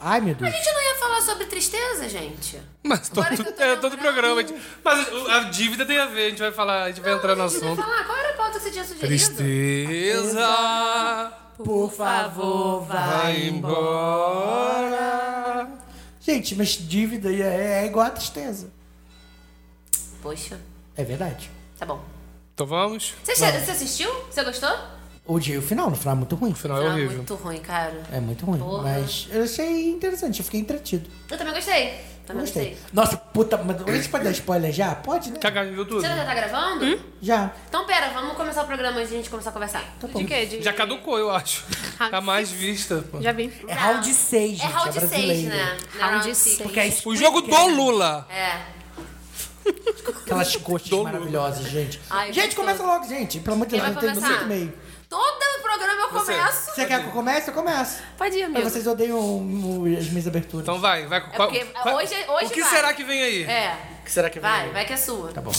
Ai, meu Deus. A gente não ia falar sobre tristeza, gente. Mas todo, Agora que eu tô é todo lembrando. programa. a gente- Mas a a dívida tem a ver, a gente vai falar, a gente vai entrar no A gente vai assunto. falar, qual era a pauta que você tinha sugerido? Tristeza Por favor, vai embora. Gente, mas dívida é, é igual a tristeza. Poxa, É verdade. tá bom. Então vamos? Você, você assistiu? Você gostou? Odiei o final, no final é muito ruim. O final é Não, horrível. Tá muito ruim, cara. É muito ruim, Porra. mas eu achei interessante, eu fiquei entretido. É. Eu também gostei. Também gostei. Gostei. Nossa, puta, mas a gente pode dar spoiler já? Pode, né? Cagar viu tudo. Você já tá gravando? Hum? Já. Então pera, vamos começar o programa antes de a gente começar a conversar. É Tá bom. De quê? De... Já caducou, eu acho. Ah, A mais vista. pô. Já vi. É round 6, É gente. round é 6, brasileiro. né? Não é Round round seis. six. Porque é O jogo do Lula. É. Aquelas coxas Do- maravilhosas, gente. Ai, gente, gostoso. começa logo, gente. Pelo amor de Quem Deus, não vai tem minuto começar? e meio. Todo programa eu Você. começo. Você quer que eu comece? Eu começo. Pode ir, amigo. Mas vocês odeiam o- as minhas aberturas. Então vai, vai. qual- É porque qual- hoje- hoje o que vai. será que vem aí? É. O que será que vem Vai, aí? vai que é sua. Tá bom.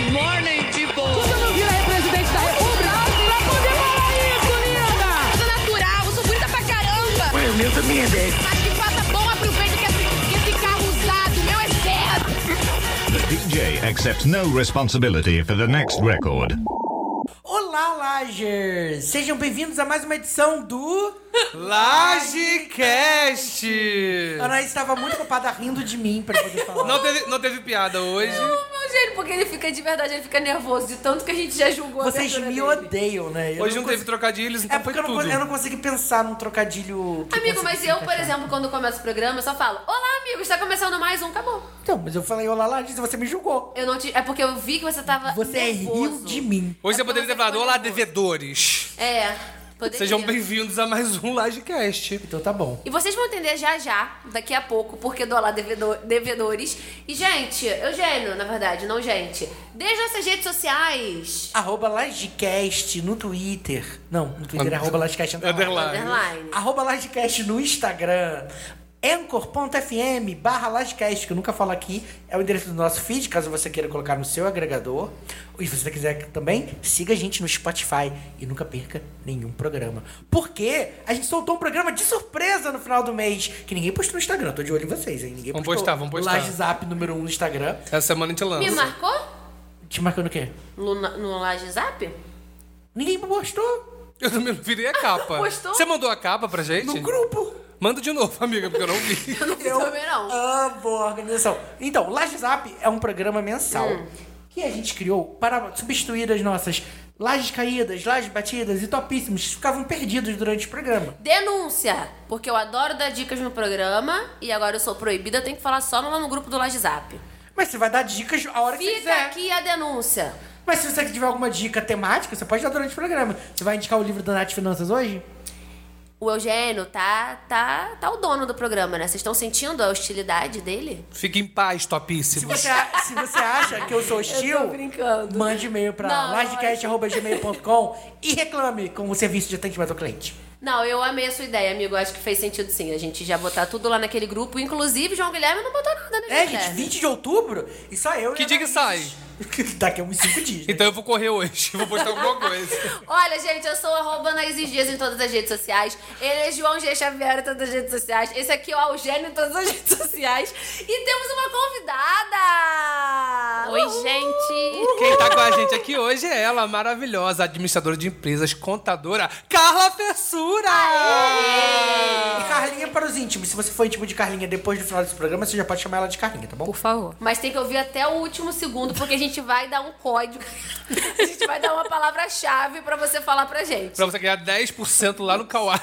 Você não vira aí, presidente da República? Pra poder falar isso, linda! sou natural, eu sou bonita pra caramba. Foi o meu também é dele. Mas que faça bom aproveito que esse, que esse carro usado, meu é certo. The DJ accepts no responsibility for the next record. Olá, Lagers! Sejam bem-vindos a mais uma edição do... Lagecast! A Anaís estava muito ocupada rindo de mim pra poder falar. Não teve, não teve piada hoje. O meu gênio, porque ele fica de verdade, ele fica nervoso de tanto que a gente já julgou a Vocês abertura me dele. odeiam, né? Eu Hoje não teve consigo- trocadilhos, então É foi porque eu não, tudo. con- eu não consegui pensar num trocadilho... que Amigo, mas conseguisse eu, por encaixar. exemplo, quando começo o programa, eu só falo: Olá, amigo, está começando mais um, acabou. Então, mas eu falei olá, Lagers, e você me julgou. Eu não te... É porque eu vi que você tava. Você nervoso. riu de mim. Hoje você É porque poderia ter você falado, foi olá, nervoso." devedores. É. Poderia. Sejam bem-vindos a mais um Lagecast. Então tá bom. E vocês vão entender já já, daqui a pouco, porque do Olá Devedor- Devedores. E, gente, Eugênio, na verdade, não gente. Desde nossas redes sociais. Arroba Lagecast no Twitter. Não, no Twitter é arroba Lagecast. Underline. Underline. Arroba Lagecast no Instagram. Anchor.fm barra Lagecast, que eu nunca falo aqui. É o endereço do nosso feed, caso você queira colocar no seu agregador. E se você quiser também, siga a gente no Spotify e nunca perca nenhum programa. Porque a gente soltou um programa de surpresa no final do mês, que ninguém postou no Instagram. Tô de olho em vocês, hein? Ninguém Vamos postou. postar, vamos postar. Laje Zap número 1 um no Instagram. Essa semana a gente Me lança. marcou? Te marcando o quê? No, no Laje Zap? Ninguém postou Eu também não virei a capa. Postou? Você mandou a capa pra gente? no grupo. Manda de novo, amiga, porque eu não vi. Eu não vi Eu também, Ah. não. amo a organização. Então, o Laje Zap é um programa mensal Hum. que a gente criou para substituir as nossas lajes caídas, lajes batidas e topíssimos que ficavam perdidos durante o programa. Denúncia! Porque eu adoro dar dicas no programa e agora eu sou proibida, eu tenho que falar só lá no grupo do Laje Zap. Mas você vai dar dicas a hora que você Fica quiser. aqui a denúncia. Mas se você tiver alguma dica temática, você pode dar durante o programa. Você vai indicar o livro da Nath Finanças hoje? O Eugênio tá, tá, tá o dono do programa, né? Vocês estão sentindo a hostilidade dele? Fique em paz, Se topíssimos. você, a- se você acha que eu sou hostil, tô brincando. mande e-mail para Não, lajecast.gmail.com e reclame com o serviço de atendimento ao cliente. Não, eu amei a sua ideia, amigo. Acho que fez sentido sim. A gente já botar tudo lá naquele grupo. Inclusive, João Guilherme não botou nada, né, É, João gente, Guilherme? 20 de outubro e só eu. e Que a dia que Anaís. sai? Daqui a uns 5 dias. né? Então eu vou correr hoje. Vou postar alguma coisa. Olha, gente, eu sou arroba Anaíses Dias em todas as redes sociais. Ele é João G. Xavier em todas as redes sociais. Esse aqui é o Algênio em todas as redes sociais. E temos uma convidada! Oi, Uhul! gente. Quem tá com a gente aqui hoje é ela, maravilhosa, administradora de empresas, contadora, Carla Fessura! E Carlinha para os íntimos. Se você for íntimo de Carlinha depois do final desse programa, você já pode chamar ela de Carlinha, tá bom? Por favor. Mas tem que ouvir até o último segundo, porque a gente vai dar um código. A gente vai dar uma palavra-chave pra você falar pra gente. Pra você ganhar 10% lá no Kauai.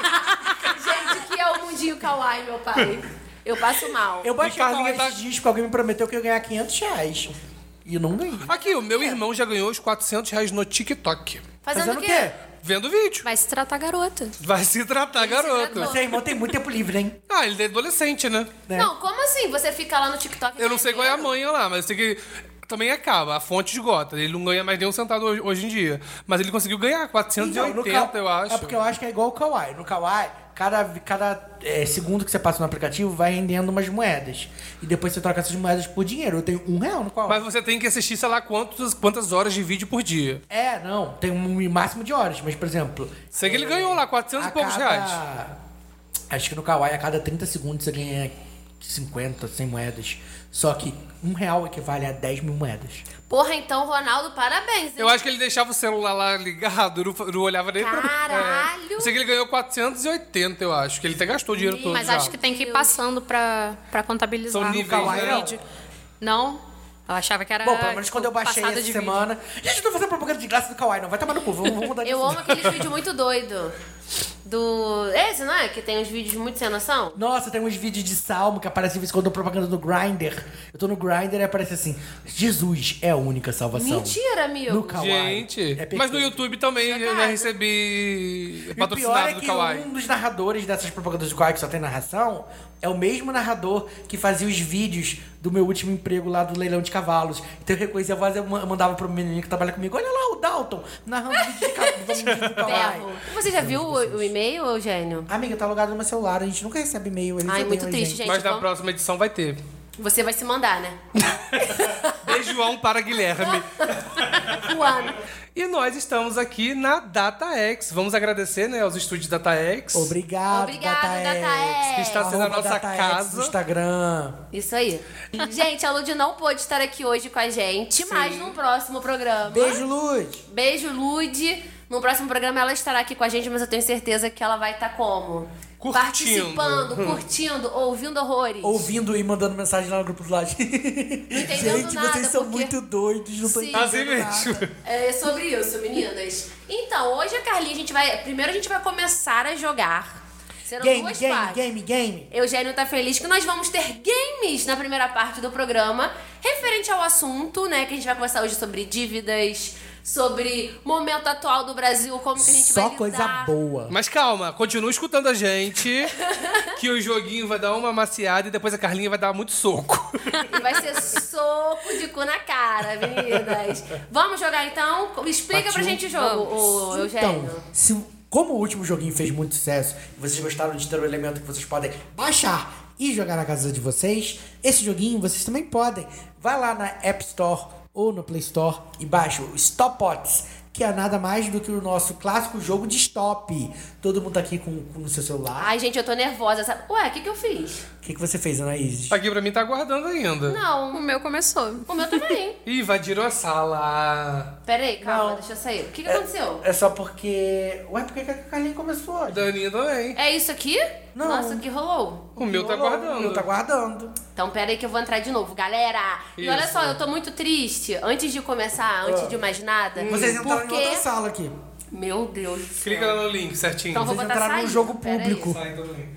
Gente, que é o mundinho kawaii, meu pai. Eu passo mal. Eu baixei Carlinha Carlinha tá- esses dias porque alguém me prometeu que eu ia ganhar 500 reais. E eu não ganhei. Aqui, o É. meu irmão já ganhou os 400 reais no TikTok. Fazendo, o quê? Vendo vídeo. Vai se tratar garota. Vai se tratar, garoto. tratou. Seu irmão tem muito tempo livre, hein? Ah, ele é adolescente, né? Né? Não, como assim? Você fica lá no TikTok. Eu não sei qual é a vendo? manha lá, mas eu sei que também acaba. A fonte esgota. Ele não ganha mais nenhum centavo hoje, hoje em dia. Mas ele conseguiu ganhar Então, 480, no Ka- eu acho. É porque eu acho que é igual o Kawaii. No Kawaii, cada, cada é, segundo que você passa no aplicativo vai rendendo umas moedas. E depois você troca essas moedas por dinheiro. Eu tenho um real no Kawaii. Mas você tem que assistir, sei lá, quantos, quantas horas de vídeo por dia. É, não. Tem um máximo de horas. Mas, por exemplo, Sei que ele ganhou lá 400 a e poucos cada- reais. Acho que no Kawaii a cada 30 segundos você ganha 50, 100 moedas. Só que um real equivale a 10 mil moedas. Porra, então, Ronaldo, parabéns. hein? Eu acho que ele deixava o celular lá ligado, não, fa- não olhava nem pra... Caralho! É. Eu sei que ele ganhou 480, eu acho. Que ele até gastou o dinheiro todo Mas já. acho que tem que ir passando pra, pra contabilizar São o níveis, né? vídeo. Não? Eu achava que era. Bom, pelo menos quando eu baixei Ah, tipo, passada essa de vídeo. semana. Gente, eu tô fazendo propaganda de graça do Kawaii, não. Vai tomar no cu, vamos, vamos mudar de Eu amo assunto. aqueles vídeos muito doido. Do. Esse, não é? Que tem uns vídeos muito sem noção? Nossa, tem uns vídeos de salmo que aparecem de vez em quando eu dou propaganda no Grindr. Eu tô no Grindr e aparece assim: Jesus é a única salvação. Mentira, amigo. No Kawaii. Gente, É mas perfeito. no YouTube também eu já Chocada. recebi E o pior patrocinado é do que Kawaii. um dos narradores dessas propagandas do Kawaii que só tem narração é o mesmo narrador que fazia os vídeos do meu último emprego lá do leilão de cavalos. Então eu reconhecia a voz eu ma- mandava pro menino que trabalha comigo: Olha lá o Dalton narrando vídeo de cavalo do Berro. Kawaii. Você já viu o, o e-mail, Eugênio? Amiga, tá alugado no meu celular, a gente nunca recebe e-mail. né, eles Ai, odeiam muito a triste, gente. Mas na vamos- próxima edição vai ter. Você vai se mandar, né? Beijão para Guilherme. Juan. E nós estamos aqui na DataX. Vamos agradecer, né, aos estúdios DataX. Obrigado, Obrigado, DataX. DataX. Que está sendo a Arroba nossa DataX casa. no Instagram. Isso aí. Gente, a Lud não pôde estar aqui hoje com a gente, mas num próximo programa. Beijo, Luz. Beijo, Lud. No próximo programa ela estará aqui com a gente, mas eu tenho certeza que ela vai estar como? Curtindo. Participando, curtindo, ouvindo horrores. Ouvindo e mandando mensagem lá no grupo do lado. Gente, nada, vocês são porque- muito doidos, não tô Sim. entendendo Assim nada. mesmo. É sobre isso, meninas. Então, hoje a Carlinha, a gente vai. Primeiro a gente vai começar a jogar. Serão Game, duas game, partes. game, game. Eugênio tá feliz que nós vamos ter games na primeira parte do programa, referente ao assunto, né? Que a gente vai conversar hoje sobre dívidas, sobre momento atual do Brasil, como que a gente vai Só coisa lidar. boa. Mas calma, continua escutando a gente, que o joguinho vai dar uma maciada e depois a Carlinha vai dar muito soco. E vai ser soco de cu na cara, meninas. Vamos jogar então? Explica pra gente o jogo, ô, Eugênio. Então, se- como o último joguinho fez muito sucesso e vocês gostaram de ter um elemento que vocês podem baixar e jogar na casa de vocês, esse joguinho vocês também podem. Vai lá na App Store ou no Play Store e baixa o Stop Pots, que é nada mais do que o nosso clássico jogo de stop. Todo mundo tá aqui com, com o seu celular. Ai, gente, eu tô nervosa. Sabe? Ué, o que, que eu fiz? O que, que você fez, Anaís? Aqui pra mim tá aguardando ainda. O Não, meu começou. o meu tá também. Ih, invadiram a sala. Pera aí, calma, Não. deixa eu sair. O que, que aconteceu? É só porque. Ué, por que que a Carlinha começou? Daninha também. É isso aqui? Não. Nossa, o que rolou? O meu tá O meu aguardando. tá guardando. Então, pera aí que eu vou entrar de novo, galera. E Isso. Ah. olha só, eu tô muito triste. Antes de começar, antes de mais nada. Hum. Vocês entraram porque... em outra sala aqui. Meu Deus do céu. Clica lá no link certinho. Então, vou Vocês botar entraram num saída. jogo Pera público. aí. Sai do link.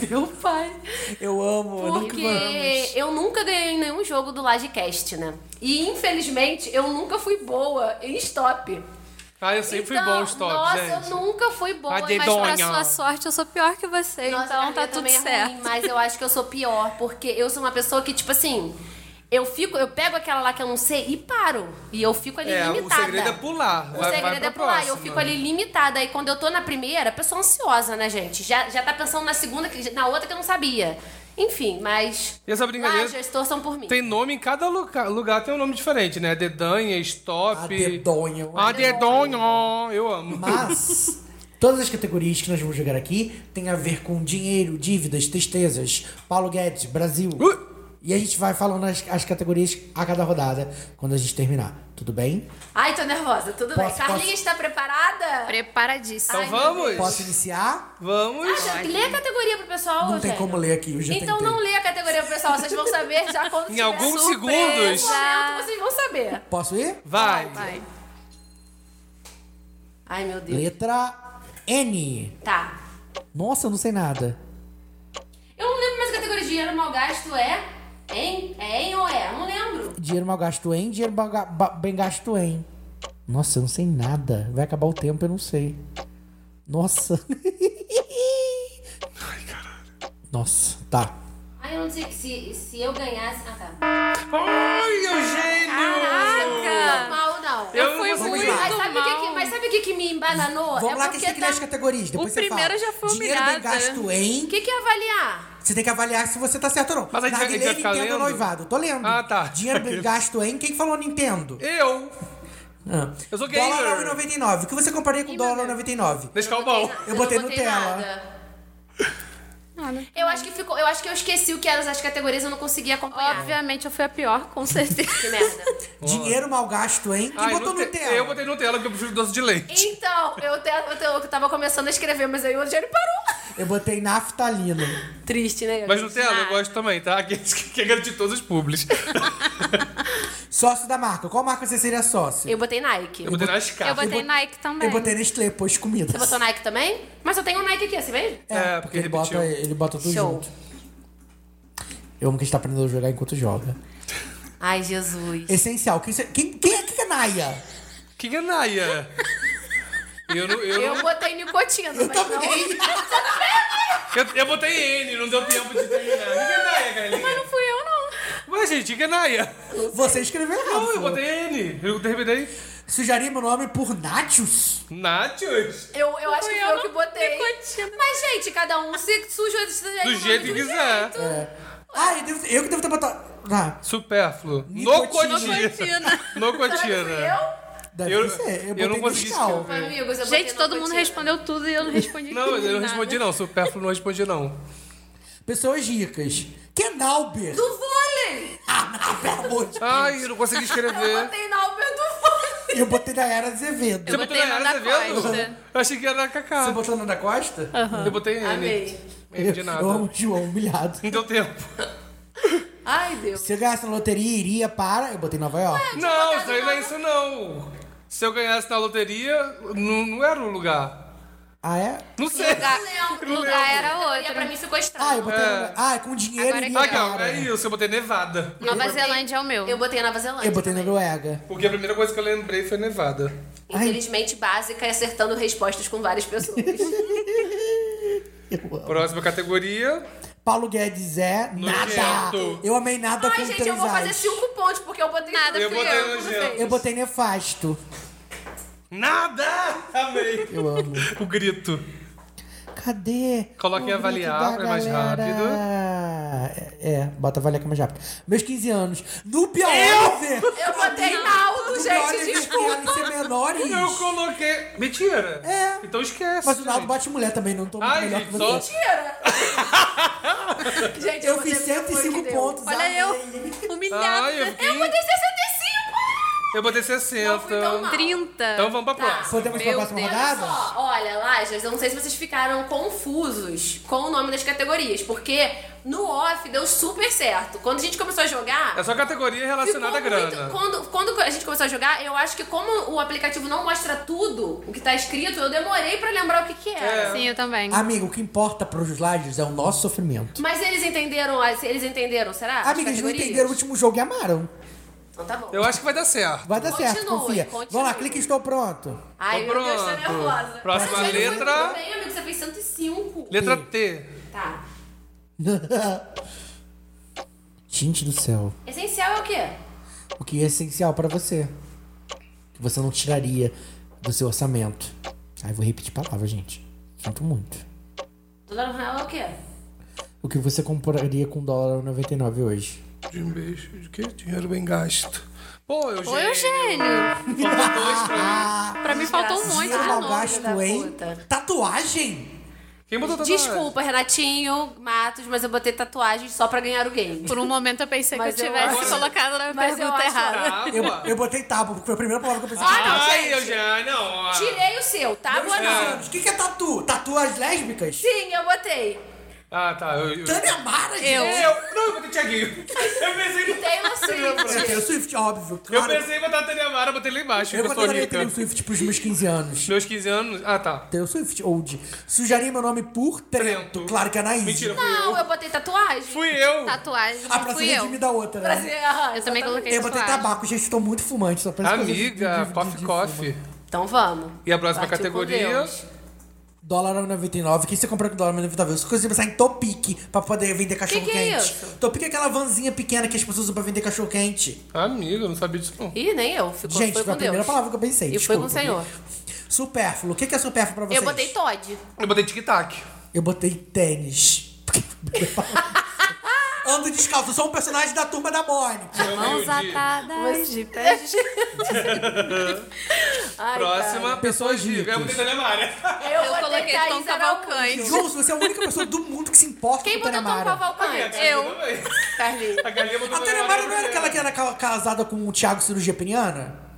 Meu pai. Eu amo, eu nunca Porque eu nunca ganhei nenhum jogo do Lagecast, né? E infelizmente eu nunca fui boa em stop. Ah, eu sempre então, fui bom em stop, Nossa, gente. eu nunca fui boa. A mas dedonha. Pra sua sorte, eu sou pior que você, Nossa, então minha tá vida tudo também é certo. ruim, mas eu acho que eu sou pior, porque eu sou uma pessoa que, tipo assim, eu fico, eu pego aquela lá que eu não sei e paro. E eu fico ali É, o limitada. segredo é pular. O Vai- né? vai segredo pra é pular. E eu próxima. fico ali limitada. Aí quando eu tô na primeira, a pessoa ansiosa, né, gente? Já, já tá pensando na segunda, que- na outra que eu não sabia. Enfim, mas. E essa brincadeira Lajas, torçam por mim. Tem nome em cada lugar, lugar tem um nome diferente, né? Dedanha, Stop. A dedonha, eu A amo. dedonha. Eu amo. Mas todas as categorias que nós vamos jogar aqui têm a ver com dinheiro, dívidas, tristezas, Paulo Guedes, Brasil. Uh! E a gente vai falando as, as categorias a cada rodada quando a gente terminar. Tudo bem? Ai, tô nervosa, tudo bem. Posso- Carlinha posso- está preparada? Preparadíssimo. Então vamos. Posso iniciar? Vamos. Ah, Lê a categoria pro pessoal, Não tem Eugênio. como ler aqui, eu já Então tentei. não lê a categoria pro pessoal, vocês vão saber já quando Em tiver alguns surpresa. segundos. Momento, vocês vão saber. Posso ir? Vai. Vai. Ai, meu Deus. Letra N. Tá. Nossa, eu não sei nada. Eu não lembro mais a categoria de dinheiro mal gasto é em, é em ou é? Eu não lembro. Dinheiro mal gasto em, dinheiro mal ga- ba- bem gasto em. Nossa, eu não sei nada. Vai acabar o tempo, eu não sei. Nossa. Nossa, tá. Ai, eu não sei que se, se eu ganhasse... Ah, tá. Ai, Eugênio. Não, mal não. Eu fui vamos muito lá. Mas sabe, o que que, mal. mas sabe o que, que me embananou? Vamos é lá que porque você tem que ler tá- as categorias. Depois O você fala. primeiro já foi né? Dinheiro bem humilhada. gasto em. O que, que é avaliar? Você tem que avaliar se você tá certo ou não. Mas a gente vai- a gente vai Narguilé, ficar Nintendo lendo? noivado. Tô lendo. Ah, tá. Dinheiro bem gasto em. Quem falou Nintendo? Eu. Ah. Eu sou Dólar gamer. Tá 9,99. O que você comparia com dólar 9,99? Deixa calma. Eu botei Nutella. Nada. nada. Eu acho que ficou. Eu acho que eu esqueci o que eram as categorias, eu não conseguia acompanhar. Obviamente eu fui a pior, com Que certeza. merda. Dinheiro mal gasto, hein? E Ai, botou Nute- Nutella. Eu botei Nutella porque eu prefiro doce de leite. Então, eu, te, eu, te- eu tava começando a escrever, mas aí o Rogério parou. Eu botei naftalina. Triste, né? Mas Nutella eu Ah. gosto também, tá? Que, que é de todos os públicos. Sócio da marca. Qual marca você seria sócio? Eu botei Nike. Eu botei nas Eu caras. botei Nike também. Eu botei Nestlé, pôs comida. Você botou Nike também? Mas eu tenho um Nike aqui, assim mesmo? É, É, porque porque ele repetiu. bota, ele bota tudo Show. junto. Eu amo que a gente tá aprendendo a jogar enquanto joga. Ai, Jesus. Essencial. Quem, quem, quem é que é Naya? Que ganaia! Eu, não, eu, Eu não- botei nicotina, mas não. eu, eu botei N, não deu tempo de terminar. Que é ganaia, Mas galerinha? não fui eu, não. Ué, gente, que ganaia? Você escreveu errado. Não, eu pô. botei N. Eu terminei. Sujaria meu nome por Natius? Natius. Eu, eu acho que eu, foi eu não. que botei. Nicotina. Mas, gente, cada um se suja de suja Do de jeito que nome de um quiser. jeito. Ah, eu, devo- eu que devo ter botado... Ah, Supérfluo. Nicotina. Nocotina. Será que fui Nocotina. eu? deve Eu- ser. Eu eu botei não consegui Nescau. escrever. Amigos, eu botei Gente, todo mundo nicotina. respondeu tudo e eu não respondi Não, eu não nada. respondi não. Supérfluo não respondi não. Pessoas ricas. Kenalber. Do vôlei! Ah, não, pelo amor de Deus. Ai, eu não consegui Eu escrever. botei na Albert do vôlei. Eu botei na Era Azevedo. Você botou botei na Nanda área, tá vendo? Costa. Eu achei que era na Cacá. Você botou na da Costa? Ah. Eu botei N. Amei. N de nada. Eu amo o João, humilhado. Não deu tempo. Ai, Deus. Se eu ganhasse na loteria, iria para... Eu botei Nova York. Não, botado isso aí não é isso não. Se eu ganhasse na loteria, não, não era o lugar. Ah, é? Não sei. Lugar- Não lugar lembro. era E pra outro. mim ficou Ah, eu estranho. botei... Ah, com dinheiro Agora é iria Aqui, ó, para. é isso, eu botei Nevada. Nova Zelândia é o meu. Eu botei Nova Zelândia. Eu botei também. Noruega. Porque a primeira coisa que eu lembrei foi Nevada. Infelizmente, básica e acertando respostas com várias pessoas. Eu amo. Próxima categoria. Paulo Guedes é nada. Nojento. Eu amei nada Ai, com gente, três eu vou fazer As. cinco pontos, porque eu botei Nada, Eu fui botei eu. no gelo. Eu botei nefasto. Nada! Amei. Eu amo. O grito. Cadê? Coloque O avaliar grito da pra ir mais galera? É, é, bota avaliar que é mais rápido. Meus 15 anos. Núbia Oliver! Eu botei Naldo, Núbia gente, Oliver desculpa. criança ser menores. Eu coloquei. Mentira! É. Então esquece. Mas o Naldo gente. bate mulher também, não tô muito Ai, melhor gente, que você. só- Mentira! gente, Eu botei fiz pelo amor de 105 Deus. pontos. Olha eu, humilhada. Ai, eu fiquei- Eu botei 65! Eu botei 60. Não fui tão mal. 30. Então vamos pra Tá. próxima. Podemos pra Meu próxima Deus, rodada? Ó, olha, Lajas, eu não sei se vocês ficaram confusos com o nome das categorias, porque no off deu super certo. Quando a gente começou a jogar. É só categoria Ficou relacionada à muito- grana. Quando, quando a gente começou a jogar, eu acho que como o aplicativo não mostra tudo o que tá escrito, eu demorei pra lembrar o que que era. Sim, eu também. Amigo, o que importa pros lajes é o nosso sofrimento. Mas eles entenderam, as- eles entenderam, será? As Amiga, eles não categorias? entenderam o último jogo e amaram. Então tá bom. Eu acho que vai dar certo. Vai dar certo, Continue, confia. continue. Vamos lá, clique, estou pronto. Ai, Então meu Deus, tô pronto. nervosa. Próxima Mas ele foi letra. muito Bem, amigo, você fez 105. Letra T. Tá. Gente do céu, Essencial é o quê? o que é essencial pra você? Que você não tiraria do seu orçamento. Ai, vou repetir palavras, gente. Sinto muito. Dólar real é o quê? O que você compraria com $1,99 hoje? De um beijo, de quê? Dinheiro bem gasto. Pô, eu Oi, Eugênio. um pra mim faltou um monte de Dinheiro mal nome. da gasto, hein? puta. Tatuagem? Quem botou tatuagem? Desculpa, Renatinho, Matos, mas eu botei tatuagem só pra ganhar o game. Por um momento eu pensei Mas que eu eu tivesse acho- colocado na mas eu pergunta acho- errada. Tábua. Eu, eu botei tábua, porque foi a primeira palavra que eu pensei. Ah, não, Ai, gente. Eugênio, não. ó. Tirei o seu, tá? Boa não. O que, que é tatu? Tatuas lésbicas? Sim, eu botei. Ah, tá. Eu, eu... Tânia Mara, Eu. gente. Eu- Não, eu botei Tiaguinho. Eu pensei no... Taylor Eu Swift. tenho Swift, óbvio. Eu Claro. pensei em botar a Tânia Mara, botei lá embaixo. Eu Eu, sou botaria rica. Taylor Swift pros meus 15 anos. Meus 15 anos... Ah, tá. Taylor Swift Old. Sujaria meu nome por Trento. Trento. Claro que é Anaís. Mentira, fui eu. Não, eu botei tatuagem. Fui eu. Tá, Tatuagem, Ah, não pra fui ser eu. regime da outra, Pra né? ser- aham, Eu também coloquei Eu botei tatuagem. tabaco, gente, estou muito fumante. Só tá, parece coisa de- de- Amiga, de- Coffee de Coffee. fuma. Então vamos. E a próxima Partiu com categoria? Deus. Dólar a 99. Quem você compra com dólar a 99? Você consegue pensar em topique pra poder vender cachorro que é quente. isso? topique é aquela vanzinha pequena que as pessoas usam pra vender cachorro quente. Amiga, eu não sabia disso não. Ih, nem eu. Ficou, gente, foi foi com a primeira Deus. palavra que eu pensei. E foi com o desculpa. Senhor. Supérfluo. O que que é supérfluo pra vocês? Eu botei Todd. Eu botei tic-tac. Eu botei tênis. Porque foi a primeira palavra. Ando descalço, sou um personagem da turma da Morne. Mãos atadas de pés. Ai, Próxima, pessoa Pessoas dica. Eu vou ricas. tentar lembrar, né? cara. Eu, coloquei Tom Cavalcante. Jogos, você é a única pessoa do mundo que se importa Quem com a botou Tom Tanamara. Cavalcante? Eu. Carlinhos. A galinha botou A Tanamara não era aquela que era ca- casada com o Thiago Cirurgia Peniana?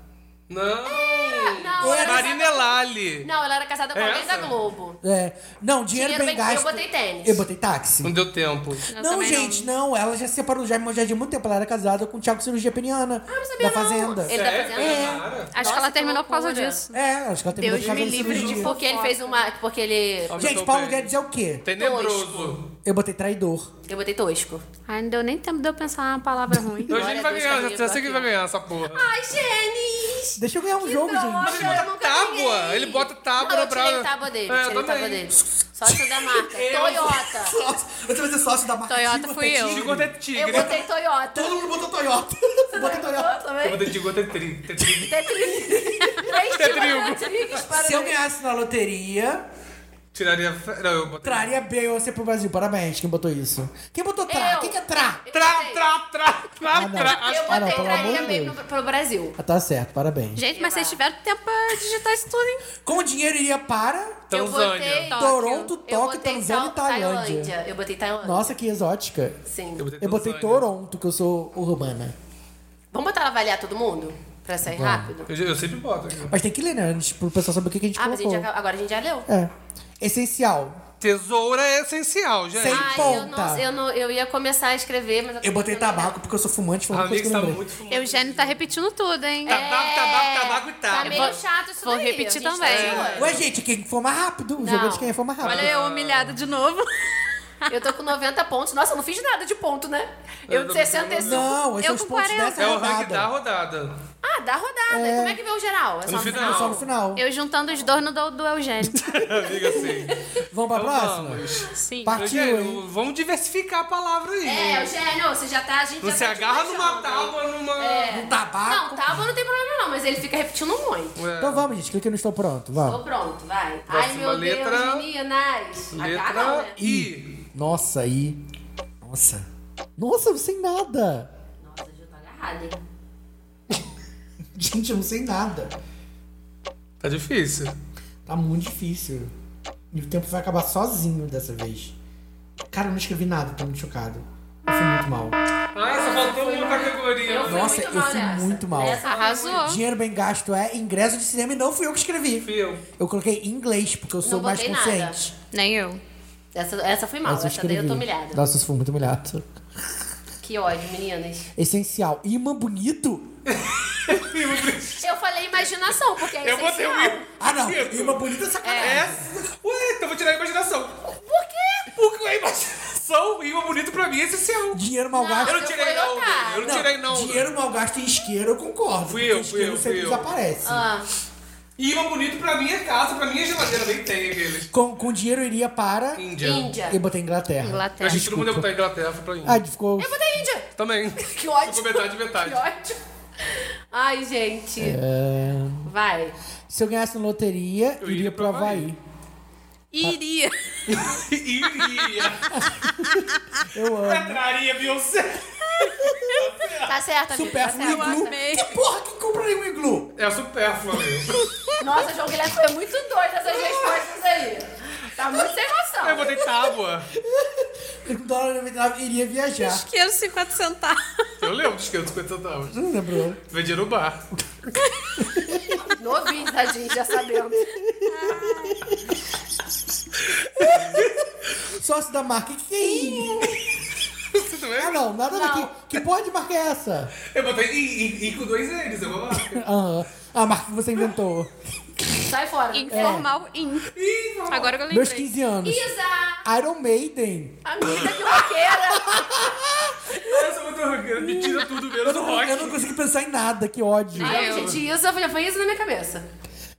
Não. Não, ela era, Marina Elali. não, ela era casada com alguém Essa? da Globo. É. Não, dinheiro, Dinheiro bem bem- eu gasto. botei tênis. Eu botei táxi. Não deu tempo. Eu Não, também gente, não. Ela já se separou do Jaime Mojadinho há muito tempo. Ela era casada com o Thiago Cirurgia Peniana. Ah, não sabia da não. Fazenda. Ele Sério? tá fazendo? Tanamara? Acho que Nossa, ela que terminou por causa loucura. disso. É, acho que ela terminou Deus de casa me de livre de cirurgia. Porque ele fez uma... Porque ele... Gente, Paulo Guedes é o quê? Tenebroso. Eu botei traidor. Eu botei tosco. Ai, não deu nem tempo de eu pensar uma palavra ruim. Hoje ele vai Deus, ganhar, já Camila, já sei que ele vai aqui. ganhar essa porra. Ai, Genis! Deixa eu ganhar um jogo, gente. Ele bota tábua. Ele bota tábua Não, na eu tirei brava. tábua dele. É, eu tirei também. tábua dele. Sócio da marca. Toyota. Sócio. Eu tenho que ser sócio da marca. Toyota Tigre, fui eu. Tigre. Tigre é Eu tigre. botei Toyota. Todo mundo botou Toyota. Botei tá Toyota. Eu Eu também. botei tigre, eu botei tri- tri- tri- Três é Tetrilgo. tigres para Se eu ganhasse na loteria, Tiraria... fe- Não, eu botei... traria Beyoncé pro Brasil. Parabéns, quem botou isso? Quem botou tra? Eu. Quem que é tra? Tra, tra, tra, tra, não. tra. Eu Ah, não, pelo amor botei de traria Deus. mesmo pro, pro Brasil. Ah, tá certo, parabéns. Gente, mas vocês tiveram tempo pra digitar isso tudo, hein? Com o dinheiro iria para... Eu Tanzânia. botei Tóquio. Toronto, Eu Tóquio, botei Tanzânia e Tal- Tailândia. Eu botei Tailândia. Nossa, que exótica. Sim. Eu botei Tanzânia. Toronto, que eu sou urbana. Vamos botar ela avaliar todo mundo? Pra sair rápido? Eu, eu sempre boto. aqui. Mas tem que ler, né? Antes, pro pessoal saber o que que a gente Ah, mas a colocou. gente já- agora a gente já leu. É. Essencial. Tesoura é essencial, gente. Sem- Ai, eu, não, ponta. eu, não, eu ia começar a escrever, mas... Eu botei tabaco porque eu sou fumante, foi A uma coisa amiga que eu está lembrei. muito fumando. Eugênio tá repetindo tudo, hein? Tabaco, tabaco, tabaco e É, Tá tabaco. meio chato isso vou daí. repetir a gente tá também. de olho. Ué, gente, quem for mais rápido. O Não. jogo é de quem for mais rápido. Olha eu humilhada de novo. Eu tô com 90 pontos. Nossa, eu não fiz nada de ponto, né? Eu de tô- 65. Não, esses Eu são os com pontos 40. dessa É o ranking rodada. da rodada. Ah, dá rodada. Como é que vê o geral? É só No final. Só no final. Eu juntando os dois no do, do Eugênio. Amiga, assim. Vamos pra Então próxima? vamos. Sim. Partiu, hein? Eugênio, vamos diversificar a palavra aí. É, Eugênio, você já tá... A gente Você já tá de agarra olho numa jovem. tábua, numa... É. Um tabaco. Não, tábua não tem problema não, mas ele fica repetindo muito. Então vamos, gente. Clica no Estou Pronto. Tô Vamos. pronto, vai. Ai, Próxima meu letra. Deus, meninas. H não, Letra né? I. Nossa, aí. Nossa. Nossa, sem nada. Nossa, eu já tô agarrada, hein? Gente, eu não sei nada. Tá difícil. Tá muito difícil. E o tempo vai acabar sozinho dessa vez. Cara, eu não escrevi nada, tô muito chocado. Eu fui muito mal. Ai, Ah, só faltou uma categoria. Eu fui Nossa, muito eu mal fui nessa. muito mal. Nessa eu fui muito. Arrasou. Dinheiro bem gasto é ingresso de cinema e não fui eu que escrevi. Fio. Eu coloquei em inglês, porque eu sou mais botei nada. consciente. Nem eu. Essa, essa foi mal, Mas essa, daí eu tô humilhada. Nossa, isso foi muito humilhado. Que ódio, meninas. Essencial. Imã bonito? Eu falei imaginação, porque é Eu botei um essencial. o I. Ah, não. Imã bonito é sacanagem. Essa. Ué, então vou tirar a imaginação. Por quê? Porque a imaginação e o bonito pra mim é essencial. Dinheiro mal gasto. Eu não eu tirei fui não, otário. Dudu. eu não tirei não. Dudu. Dinheiro mal gasto em isqueiro, eu concordo. Fui eu, porque fui eu, isqueiro sempre fui eu. desaparece. Ah, E uma bonito pra mim é casa, pra mim é geladeira, nem tem aqueles. Com, com dinheiro eu iria para... Índia. Índia. Eu botei Inglaterra. Eu Inglaterra. achei que todo mundo ia botar Inglaterra, foi pra Índia. Ah, ficou... Eu botei Índia. Também. Que ódio. Ficou metade, metade. Que ódio. Ai, gente. É, Vai. Se eu ganhasse na loteria, Eu iria, iria pro pro Havaí. Havaí. Iria. Iria. Eu amo. Traria Beyoncé. Tá certo, amigo. Tá Supérfluo certo. iglu. amei. Que porra que compraria um iglu? É supérfluo, amigo. Nossa, João Guilherme foi muito doido essas respostas aí. Tá muito sem noção. Eu botei tábua. Com Um dólar 99 iria viajar. Que 50 centavos. Eu lembro dos 550 centavos. Não lembrou? Vendia no bar. Novinho, tadinho, já sabemos. Sócio da marca. Que que é I? Você também? Ah, não. Nada Não. daqui. Que porra de marca é essa? Eu botei I, I, I com dois N's, eu vou lá. Aham. A marca que você inventou. Sai fora. Informal in. Agora que eu Meus lembrei. 15 anos. Isa, Iron Maiden. amiga de roqueira. Eu sou muito roqueiro, me tira tudo menos rock. Eu não consegui pensar em nada, que ódio. Ai, gente, Isa, já foi isso na minha cabeça.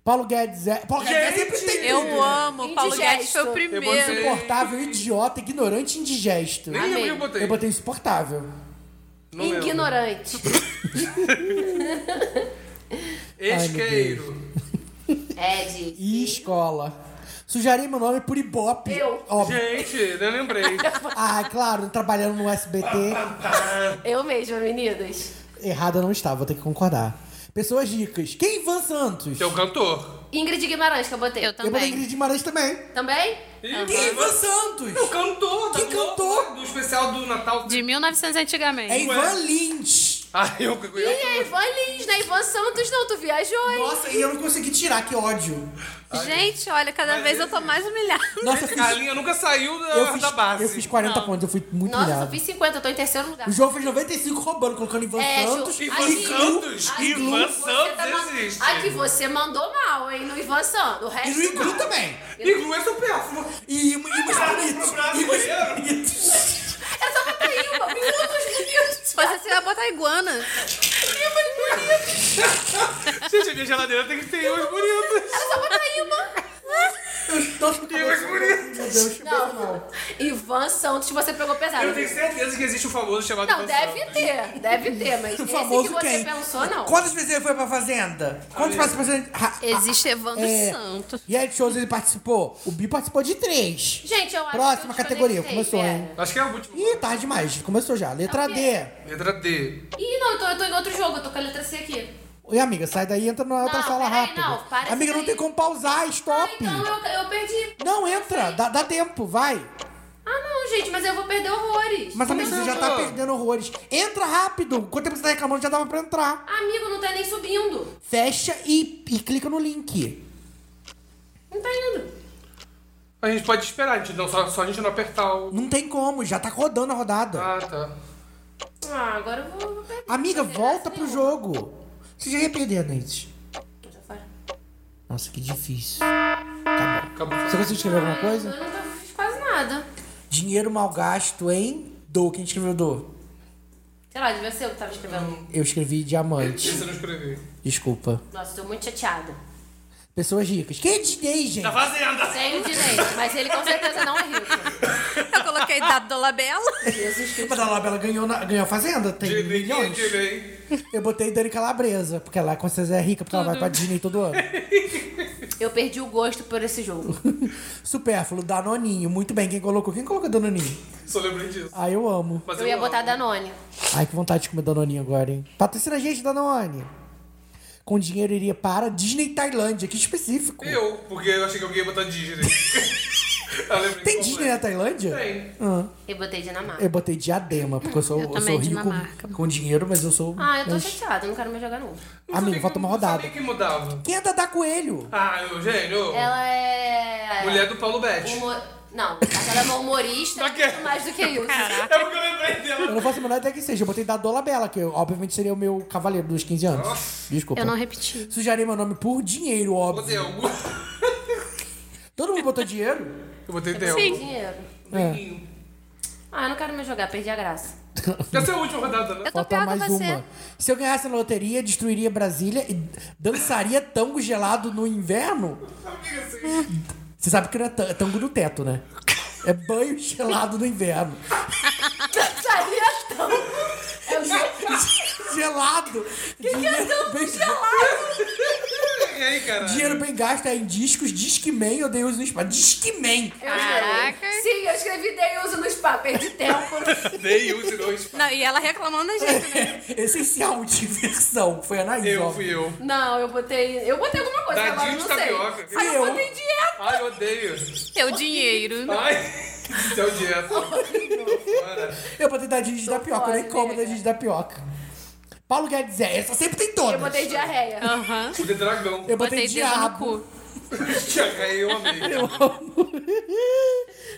Paulo Guedes é. Paulo Guedes é sempre tem Eu amo. Paulo Indigesto. Guedes foi o Eu primeiro. botei- insuportável, idiota, ignorante, indigesto. Nem Amei. lembro que eu botei. Eu botei insuportável. Não lembro. Ignorante. Esqueiro. É, de... E escola. Sujaria meu nome por Ibope. Eu. Óbvio. Gente, eu lembrei. Ah, claro, trabalhando no SBT. Eu mesma, meninas. Errada não está, vou ter que concordar. Pessoas ricas. Quem Ivan Santos? Seu um cantor. Ingrid Guimarães, que eu botei. Eu Eu botei também. Ingrid Guimarães também. Também? Quem Ivan Santos? O cantor. da Que Globo, cantor? Do especial do Natal. De 1900 antigamente. É Ivan Lins. Ah, eu... eu, E a Ivan Lins, né? Ivan Santos, não, tu viajou, hein? Nossa, e eu não consegui tirar, que ódio. Gente, olha, cada vez eu tô mais humilhada. Nossa, eu fiz, A linha nunca saiu da, eu fiz, da base. eu fiz 40 pontos, eu fui muito Nossa, eu humilhado. fiz 50, eu tô em terceiro lugar. O João fez 95 roubando, colocando Ivan É, Ju, Santos. Ivan aqui, Santos? aqui Ivan você tá Santos ma- existe. Aqui você mandou mal, hein? No Ivan Santos. O E resto no Iglu não. também. Iglu é supérfluo. E imos bonitos. Imos bonitos. Eu só botei Ivan, minutos bonitos. Você se vai botar iguana. Gente, a minha geladeira tem que ter umas Tá bonitas. Eu só botei Ivan. Nossa, meu Deus, Não. não. Ivan Santos, você pegou pesado. Eu tenho certeza que existe um famoso chamado Não, Ivan deve Santos. ter, deve ter, mas O esse que famoso você quem? pensou, não. Quantas vezes ele foi pra Fazenda? Quantos participantes... Ah, Existe Evandro É. é. Santos. E aí, shows ele participou? O Bi participou de três. Gente, eu acho que eu Próxima te categoria, conectei, começou, pera. hein? Acho que é o último. Ih, tarde demais. Começou já. Letra Não, D. Letra D. Ih, não, eu tô, eu tô em outro jogo, eu tô com a letra C aqui. Oi, amiga, sai daí e entra na outra Não, sala peraí, rápido. não, para amiga, isso não tem daí. como pausar, Ah, stop. então eu, eu perdi. Não, entra, dá, dá tempo, vai. Ah, não, gente, mas eu vou perder horrores. Mas amiga, você já tá Não. perdendo horrores. Entra rápido. Quanto tempo você tá reclamando, já dava pra entrar. Amigo, não tá nem subindo. Fecha e, e clica no link. Não tá indo. A gente pode esperar, a gente não, só, só a gente não apertar o. Não tem como, já tá rodando a rodada. Ah, tá. Ah, agora eu vou, vou perder. Amiga, Não tem volta graça pro nenhuma. jogo. Você já ia perder, Neide. Já foi. Nossa, que difícil. Acabou. Você conseguiu escrever alguma coisa? Ah, Eu não tô- fiz quase nada. Dinheiro mal gasto em do. Quem escreveu do? Sei lá, devia ser eu que tava escrevendo. Eu escrevi diamante. Esse eu não escrevi. Desculpa. Nossa, tô muito chateada. Pessoas ricas. Quem é Disney, gente? Fazenda! Tenho direito, mas ele com certeza não é rico. Eu coloquei dado do labelo. Jesus Cristo. Mas a Labela ganhou, na, ganhou a Fazenda, tem é milhões. Dilei. Eu botei Dani Calabresa, porque ela com certeza é rica, porque ela vai pra Disney todo ano. Eu perdi o gosto por esse jogo. Supérfluo, Danoninho. Muito bem, quem colocou? Quem colocou Danoninho? Só lembrei disso. Ai, eu amo. Mas Eu ia botar amo. Danone. Ai, que vontade de comer Danoninho agora, hein? Patrocina a gente, Danone. Com dinheiro iria para Disney Tailândia, que específico. Eu, porque eu achei que alguém ia botar Disney. Eu lembrei Tem como Disney é. na Tailândia? Tem. Eu botei Dinamarca. Eu botei diadema, porque eu sou, eu também, sou rico Dinamarca. com dinheiro, mas eu sou. Ah, eu tô mas- chateada, eu não quero mais jogar novo. Não sabia Amigo, que- falta uma não rodada. um, sabia que mudava. Quem é Dada Coelho? Ah, Eugênio. Ela é. Mulher do Paulo Betti. Humor... Não, mas ela é uma humorista Tá que- muito mais do que isso. É porque eu lembrei Eu dela. não faço a menor ideia que seja. Eu botei da Dola Bela, que eu, obviamente seria o meu cavaleiro dos 15 anos. Desculpa. Eu não repeti. Sujarei meu nome por dinheiro, óbvio. Botei algum. Todo mundo botou dinheiro? Eu botei Del. Tem dinheiro. É. Ah, eu não quero mais jogar, perdi a graça. Essa é a última rodada, né? Eu tô pior que você. Se eu ganhasse na loteria, destruiria Brasília e dançaria tango gelado no inverno? Você sabe que não é tan- é tango no teto, né? É banho gelado no inverno. Seria tão. Eu já- Gelado! Que é dinheiro bem gelado? E aí, cara? Dinheiro bem gasto é em discos, Discman, eu dei uso no espaço. Discman! É eu escrevi- Caraca. Sim, eu escrevi dei uso no spa, perdi tempo. Dei um, dois. Não, e ela reclamando da gente, né? Essencial, diversão. Foi a Anaís, ó. Eu fui eu. Não, eu botei. Eu botei alguma coisa Dadinho agora, eu não de sei. tapioca. Ah, Eu. eu botei dieta. Ai, eu odeio. Teu dinheiro. Ai, seu dieta. Bora. Eu botei da Didi da Pioca, eu nem fora, como da nega. Didi da Pioca. Paulo Guedes é, essa sempre tem todas. Eu botei diarreia. Aham. O de dragão. Eu botei Botei dedo no diabo. cu. Aí eu amei.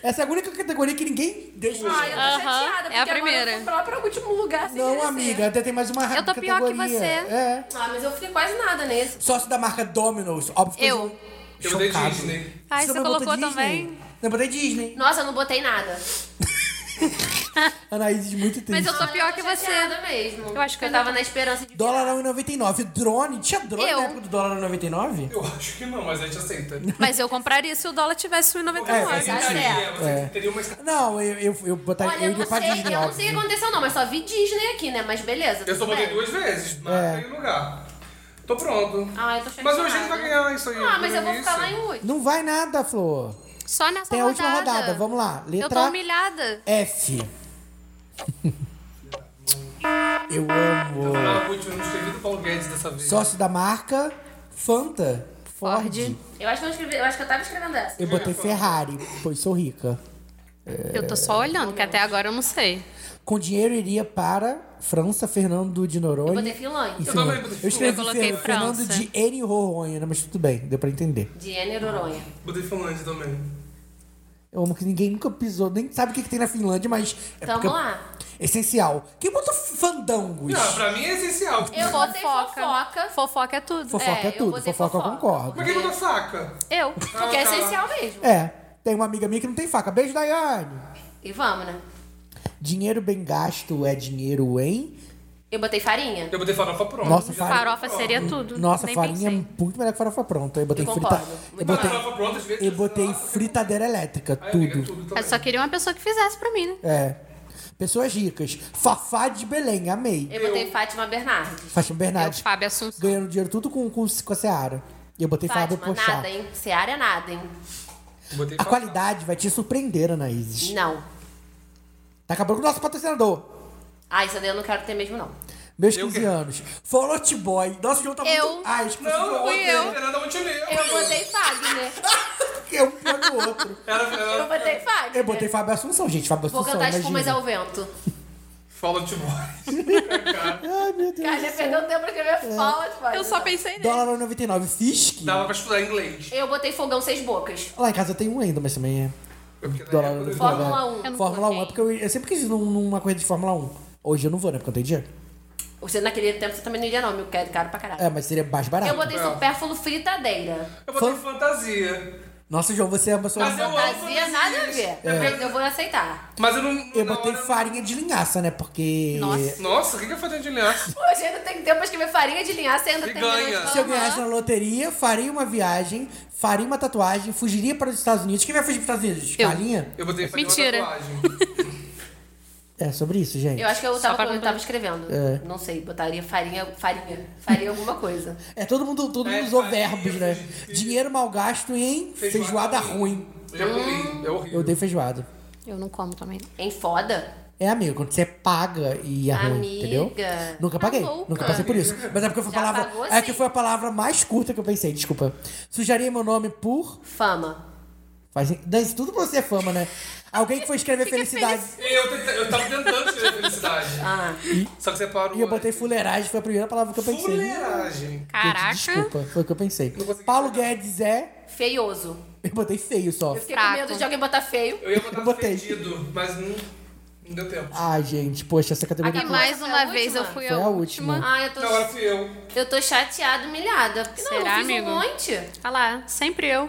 Essa é a única categoria que ninguém deixa. Ah, eu tô Aham, chateada, porque é a primeira. agora eu fui lá pra último lugar sem não, merecer. amiga, até tem mais uma Eu tô pior que categoria. você. É. Ah, mas eu fiquei quase nada nesse. Sócio da marca Domino's, óbvio. que Eu. Eu botei Chocado. Disney. Ai, você também botou colocou Disney? também? Eu botei Disney. Nossa, eu não botei nada. Anaís, muito triste. Mas eu tô Mas pior Ah, eu que tô você. chateada mesmo. Eu acho que eu eu tava não- na esperança de. Dólar é um a 1,99. Drone? Tinha drone Eu. na época do dólar a 1,99? Eu acho que não, mas a gente aceita. Mas eu compraria se o dólar tivesse É, faz Você sentido. 1,99. teria, É. você teria uma escala. Não, eu, eu, eu botaria. Olha, eu iria não é pra sei, Disney, eu não óbvio. sei o que aconteceu, não, mas só vi Disney aqui, né? Mas beleza. Eu só tudo É. botei bem. duas vezes, marca e lugar. Tô pronto. Ah, eu tô chateada. Mas o Eugênio vai ganhar isso aí. Ah, mas eu vou ficar lá em um. oito. Não vai nada, Flor. Só nessa Tem a rodada. última rodada, vamos lá. Eu tô Letra humilhada. F. Eu amo. Ah, putz, eu não escrevi do Paulo Guedes dessa vez. Sócio da marca Fanta. Ford. Eu acho que eu escrevi, eu acho que eu tava escrevendo essa. Eu botei Ferrari, pois sou rica. É. Eu tô só olhando, que até agora eu não sei. Com dinheiro iria para França, Fernando de Noronha. Eu botei Finlândia. e Eu Finlândia. também botei Eu escrevi Eu coloquei Fer- Fernando França. de N. Roronha, né? mas tudo bem, deu pra entender. Diene É Roronha. Botei Finlândia também. Eu amo que ninguém nunca pisou, nem sabe o que, que tem na Finlândia, mas é Tamo porque- lá. essencial. Quem botou fandangos? Não, pra mim é essencial. Eu botei fofoca. Fofoca é tudo. Fofoca é, É, eu tudo, Ah, tá. botei fofoca eu fofoca. concordo. Mas quem é botou faca? É, Eu. Porque é essencial mesmo. É, tem uma amiga minha que não tem faca. Beijo, Daiane. E vamos, né? Dinheiro bem gasto é dinheiro em. Eu botei farinha. Eu botei farofa pronta. Nossa, Já- farinha. Farofa seria tudo. Nossa, Nem farinha pensei. é muito melhor que farofa pronta. Eu botei Hum, Eu frita. concordo. Muito Eu botei, Farofa pronta, às vezes. É, eu botei fritadeira elétrica, Aí, amiga, tudo. Eu também. só queria uma pessoa que fizesse pra mim, né? É. Pessoas ricas. Fafá de Belém, amei. Eu botei Fátima Bernardes. Fátima Eu, Bernardes. Fábio Assunção. Ganhando dinheiro tudo com, com, com a Seara. E eu botei Fábio Fátima, Pochá. nada, hein? Seara é nada, hein? Botei A farofa. qualidade vai te surpreender, Anaíses. Não. Tá acabando com o nosso patrocinador. Ah, isso daí eu não quero ter mesmo, não. Meus Eu 15 quero. anos. Fallout Boy. Nossa, o jogo tá Eu. muito... Ah, acho que vocês Não, vão- não Fui botei. eu. Fernanda Montenegro. Eu botei Fagner. que é um pior que o outro. Era, Eu era botei Fagner. Eu botei Fábio Assunção, gente. Fábio Vou Assunção, cantar tipo, espumas imagina. ao vento. Fala de boy. Ai, meu Deus. Cara, já perdeu tempo pra É. escrever fala, Fagner. Eu só pensei nele. Dólar 99. Fisk. Dava pra estudar inglês. Eu botei fogão seis bocas. Lá em casa tem um ainda, mas também é... Porque na Dólar época- 99. Fórmula 1. Eu não Fórmula 1. É coloquei. porque eu, eu sempre quis ir num- numa corrida de Fórmula 1. Hoje eu não vou, né? Porque eu tenho dinheiro. Você naquele tempo você também não iria, não, meu quero caro pra caralho. É, mas seria mais barato. Eu botei supérfluo fritadeira. Eu botei Fan- fantasia. Nossa, João, você é uma pessoa... Mas eu amo Fantasia, nada a É. ver. Mas eu vou aceitar. Mas eu não. Eu na botei hora- farinha de linhaça, né? Porque... Nossa. Nossa, o que que é farinha de linhaça? Hoje ainda tem tempo pra escrever farinha de linhaça e ainda E terminou de ganha. falar. Se eu ganhasse na loteria, faria uma viagem, faria uma tatuagem, fugiria para os Estados Unidos. Quem vai fugir para os Estados Unidos? Eu. Carlinha? Eu botei farinha Mentira. uma tatuagem. É sobre isso, gente. Eu acho que eu tava, pra eu completar. tava escrevendo. É. Não sei, botaria farinha, farinha. Faria alguma coisa. É, todo mundo, todo mundo É, usou farinha, verbos, né? fugir. Dinheiro mal gasto em feijoada, ruim. Eu comi. É horrível. Eu dei feijoada. Eu não como também. não. Em foda? É amigo, quando você paga e é ruim, Amiga. Tá entendeu? Nunca paguei, louca. nunca passei por isso. Mas é porque foi a Já palavra, pagou, é que sim. foi a palavra mais curta que eu pensei, desculpa. Sujaria meu nome por Fama. faz Dance, tudo pra você é fama, né? Alguém que foi escrever felicidade. Eu, tenta- eu tava tentando tirar a felicidade. Ah. Só que você parou. né? E eu botei fuleiragem, foi a primeira palavra que eu pensei. Fuleiragem. Caraca. Desculpa, foi o que eu pensei. consegui Paulo falar. Guedes é. Feioso. Eu botei feio só. Eu fiquei Fraco. com medo de alguém botar feio. Eu ia Eu botar botei. fedido, mas não, não deu tempo. Ah. Ai, gente, poxa, essa categoria. E mais Foi a uma vez eu última? fui Foi a a última. última. Ah, eu tô, Então agora fui eu. eu tô chateada, humilhada. Não, Será, eu fiz amigo? um monte. Olha lá, sempre eu.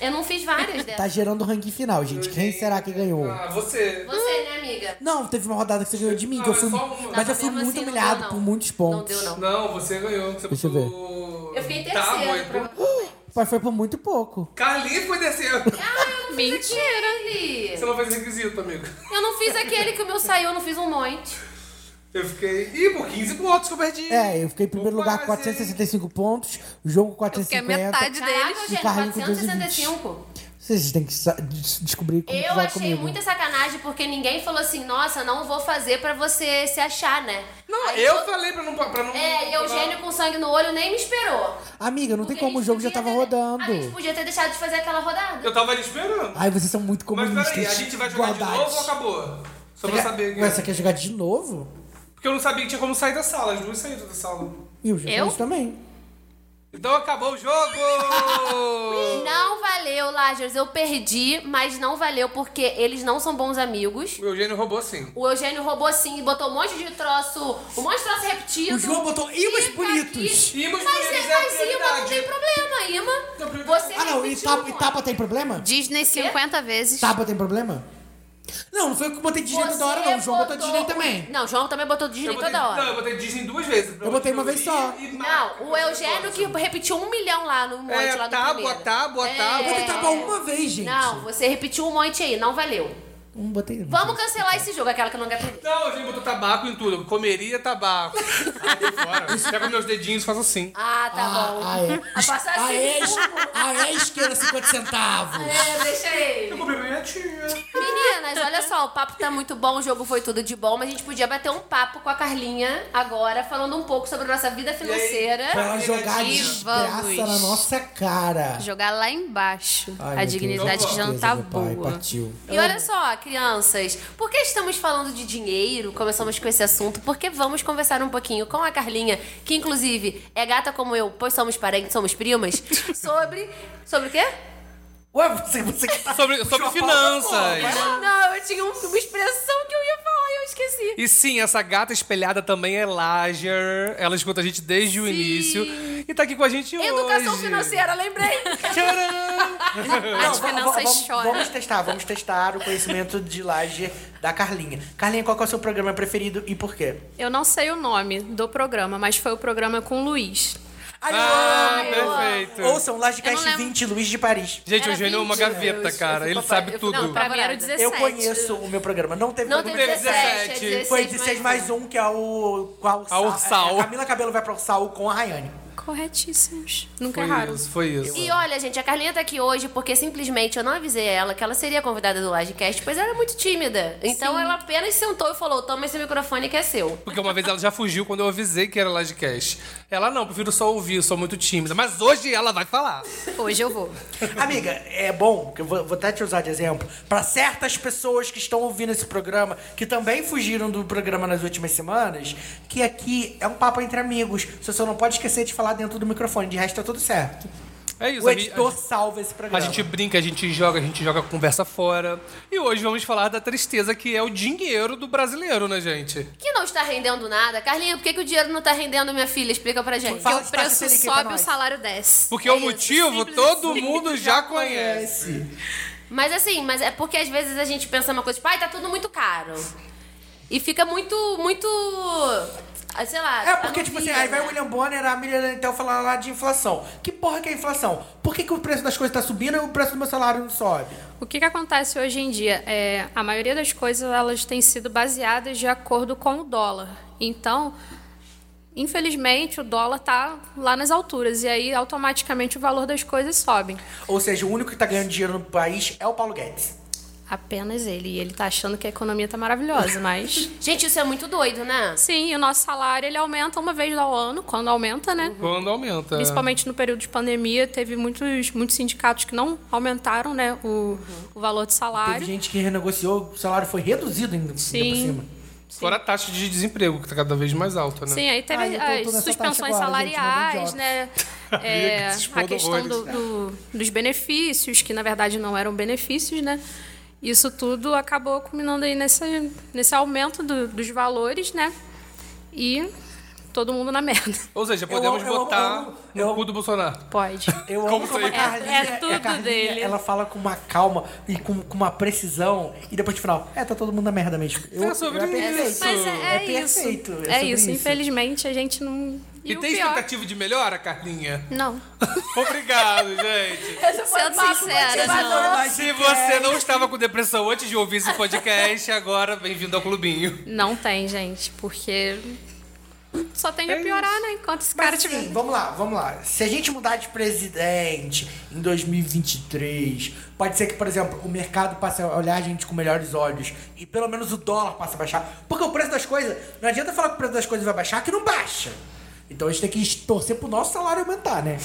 Eu não fiz várias dessas. Tá gerando o ranking final, gente. Quem será que ganhou? Ah, você. Você, né, amiga? Não, teve uma rodada que você ganhou de mim, que Ah, eu fui. só uma. Mas eu fui mesmo muito assim, não humilhado deu, não. por muitos Não pontos. deu, não. Não, você ganhou. Você Deixa eu botou... Eu fiquei Tá, terceiro. boi. prova- Mas foi por muito pouco. Carlinhos foi terceiro. Mentira! Você não fez requisito, amigo. Eu não fiz aquele que o meu saiu, eu não fiz um monte. Eu fiquei. Ih, por 15 pontos que eu perdi. É, eu fiquei em primeiro Pô, lugar quase, com hein? 465 pontos, o jogo com Porque é 450. metade Caraca, deles. Eugênio, Carlinhos com 465. Vocês têm que sa- des- descobrir como que Eu vai achei comigo. muita sacanagem porque ninguém falou assim, nossa, não vou fazer pra você se achar, né? Não, eu falei pra não. Pra não É, e Eugênio com sangue no olho nem me esperou. Amiga, não tem Porque a como, o gente jogo já podia tava ter- rodando. A gente podia ter deixado de fazer aquela rodada. Eu tava ali esperando. Ai, vocês são muito Mas comunistas. peraí, a gente vai jogar de novo ou acabou? Só pra saber. Ué, você quer jogar de novo? Porque eu não sabia que tinha como sair da sala. As duas saíram da sala. E o Jesus Eu? também. Então acabou o jogo! Não valeu, Lajers. Eu perdi, mas não valeu porque eles não são bons amigos. o Eugênio roubou sim. O Eugênio roubou sim e botou um monte de troço, um monte de troço repetido. O João botou imãs Fica bonitos. aqui. Imãs mas bonitos é, é a mas imã não prioridade. tem problema, Não, imã. prioridade. Você Ah, não, repetiu um Itapa, monte. Itapa tem problema? Disney 50 vezes. Tapa tem problema? Não, não foi eu que botei Disney toda hora, não. O João botou Disney também. Não, o João também botou Disney Eu botei, toda hora. Não, eu botei Disney duas vezes. Eu botei uma vez só. Não, o Eugênio que repetiu um milhão lá no monte, É, lá no tábua, primeiro. tábua, É. Eu botei tábua. Tapa uma vez, gente. Não, você repetiu um monte aí, não valeu. Não botei. Vamos cancelar esse jogo, aquela que eu não quero perder. Não, a gente botou tabaco em tudo. Eu Comeria tabaco. Aí fora. Pega meus dedinhos e faz assim. Ah, tá bom. Ah, é. ah, A passagem. A ex, a ex queira 50 centavos. É, deixa ele. Meninas, olha só, o papo tá muito bom, o jogo foi tudo de bom, mas a gente podia bater um papo com a Carlinha agora, falando um pouco sobre a nossa vida Pra financeira. ela jogar E desgraça vamos. na nossa cara. Jogar lá embaixo. Ai, a meu dignidade Deus, que já não tristeza, tá meu pai, boa. Partiu. E olha só, crianças, por que estamos falando de dinheiro? Começamos com esse assunto, porque vamos conversar um pouquinho com a Carlinha, que inclusive é gata como eu, pois somos parentes, somos primas, sobre. Sobre o quê? Ué, você, você que tá... Sobre, sobre finanças. Não, eu tinha um- uma expressão que eu ia falar e eu esqueci. E sim, essa gata espelhada também é Lager. Ela escuta a gente desde o início. E tá aqui com a gente hoje. Educação financeira, lembrei. Tcharam! As finanças choram. Vamos testar, vamos testar o conhecimento de laje da Carlinha. Carlinha, qual que é o seu programa preferido e por quê? Eu não sei o nome do programa, mas foi o programa com o Luiz. Ai, Ah, eu amo! perfeito. Ouçam Eu Lajecast não lembro. 20, Luiz de Paris. Gente, o Era Eugênio é uma 20 gaveta, euros. cara. Eu Ele fui sabe papai- tudo. Não, pra mim era o 17. Eu conheço o meu programa. Não teve Não programa teve de- 17, é 17. 16 Foi 16 mais um, que é o... Com a Ursal. A Ursal. É, a Camila Cabelo vai pra Ursal com a Rayane. Corretíssimos. Nunca Foi erraram. isso, foi isso. é E olha, gente, a Carlinha tá aqui hoje porque simplesmente eu não avisei ela que ela seria convidada do Livecast, pois ela é muito tímida. Então ela apenas sentou e falou: toma esse microfone que é seu. Porque uma vez ela já fugiu quando eu avisei que era Lodcast. Ela não, prefiro só ouvir, sou muito tímida. Mas hoje ela vai falar. Hoje eu vou. Amiga, é bom, que eu vou, vou até te usar de exemplo, para certas pessoas que estão ouvindo esse programa, que também fugiram do programa nas últimas semanas, que aqui é um papo entre amigos. Você só não pode esquecer de falar dentro do microfone, de resto tá tudo certo. É isso, O a gente- editor salva esse A programa. gente brinca, a gente joga, a gente joga conversa fora. E hoje vamos falar da tristeza que é o dinheiro do brasileiro, né, gente? Que não está rendendo nada. Carlinha, por que, que o dinheiro não tá rendendo, minha filha? Explica pra gente. Fala o de taxa preço Selic aí pra sobe, o nós. salário desce. Porque É o isso, motivo simples todo assim. mundo já conhece. Mas assim, mas é porque às vezes a gente pensa uma coisa, tipo, ai, tá tudo muito caro. E fica muito, muito. ah, Sei lá. É porque, tipo assim, anomia, aí vai né? o William Bonner, a Miriam Lentel falar lá de inflação. Que porra que é inflação? Por que, que o preço das coisas tá subindo e o preço do meu salário não sobe? O que, que acontece hoje em dia? É, a maioria das coisas elas têm sido baseadas de acordo com o dólar. Então, infelizmente, o dólar tá lá nas alturas e aí automaticamente o valor das coisas sobe. Ou seja, o único que tá ganhando dinheiro no país é o Paulo Guedes. Apenas ele. E ele tá achando que a economia tá maravilhosa, mas. Gente, isso é muito doido, né? Sim, e o nosso salário ele aumenta uma vez ao ano, quando aumenta, né? Quando aumenta. Principalmente no período de pandemia, teve muitos, muitos sindicatos que não aumentaram né, o, o valor de Teve salário. gente que renegociou, o salário foi reduzido ainda ainda por Sim. cima. Fora a taxa de desemprego, que tá cada vez mais alta, né? Sim, aí teve Ah, eu tô- tô as nessa taxa suspensões agora, gente, salariais, não vem né? É, Explodam a questão do- horrores. do- dos benefícios, que na verdade não eram benefícios, né? Isso tudo acabou culminando aí nessa, nesse aumento do- dos valores, né? E todo mundo na merda. Ou seja, Eu amo- podemos eu amo- eu botar amo- no eu amo- cu do Bolsonaro. Pode. Eu amo como a sempre. Carlinha, É- é tudo a Carlinha, dele. Ela fala com uma calma e com, com uma precisão. E depois no final, é, tá todo mundo na merda mesmo. Eu, É sobre eu perfeito. isso. Mas é, É é isso. perfeito, é sobre É isso. isso. Infelizmente, a gente não. E, o tem pior- expectativa de melhora, Carlinha? Não. Obrigado, gente. Sendo sincera, não. Se é você não estava com depressão antes de ouvir esse podcast, agora bem-vindo ao clubinho. Não tem, gente, porque só tende a piorar, né? Enquanto esse cara É Mas, tiver. assim, vamos lá, vamos lá. Se a gente mudar de presidente em 2023, pode ser que, por exemplo, o mercado passe a olhar a gente com melhores olhos e pelo menos o dólar passe a baixar. Porque o preço das coisas, não adianta falar que o preço das coisas vai baixar, que não baixa. Então a gente tem que torcer pro nosso salário aumentar, né?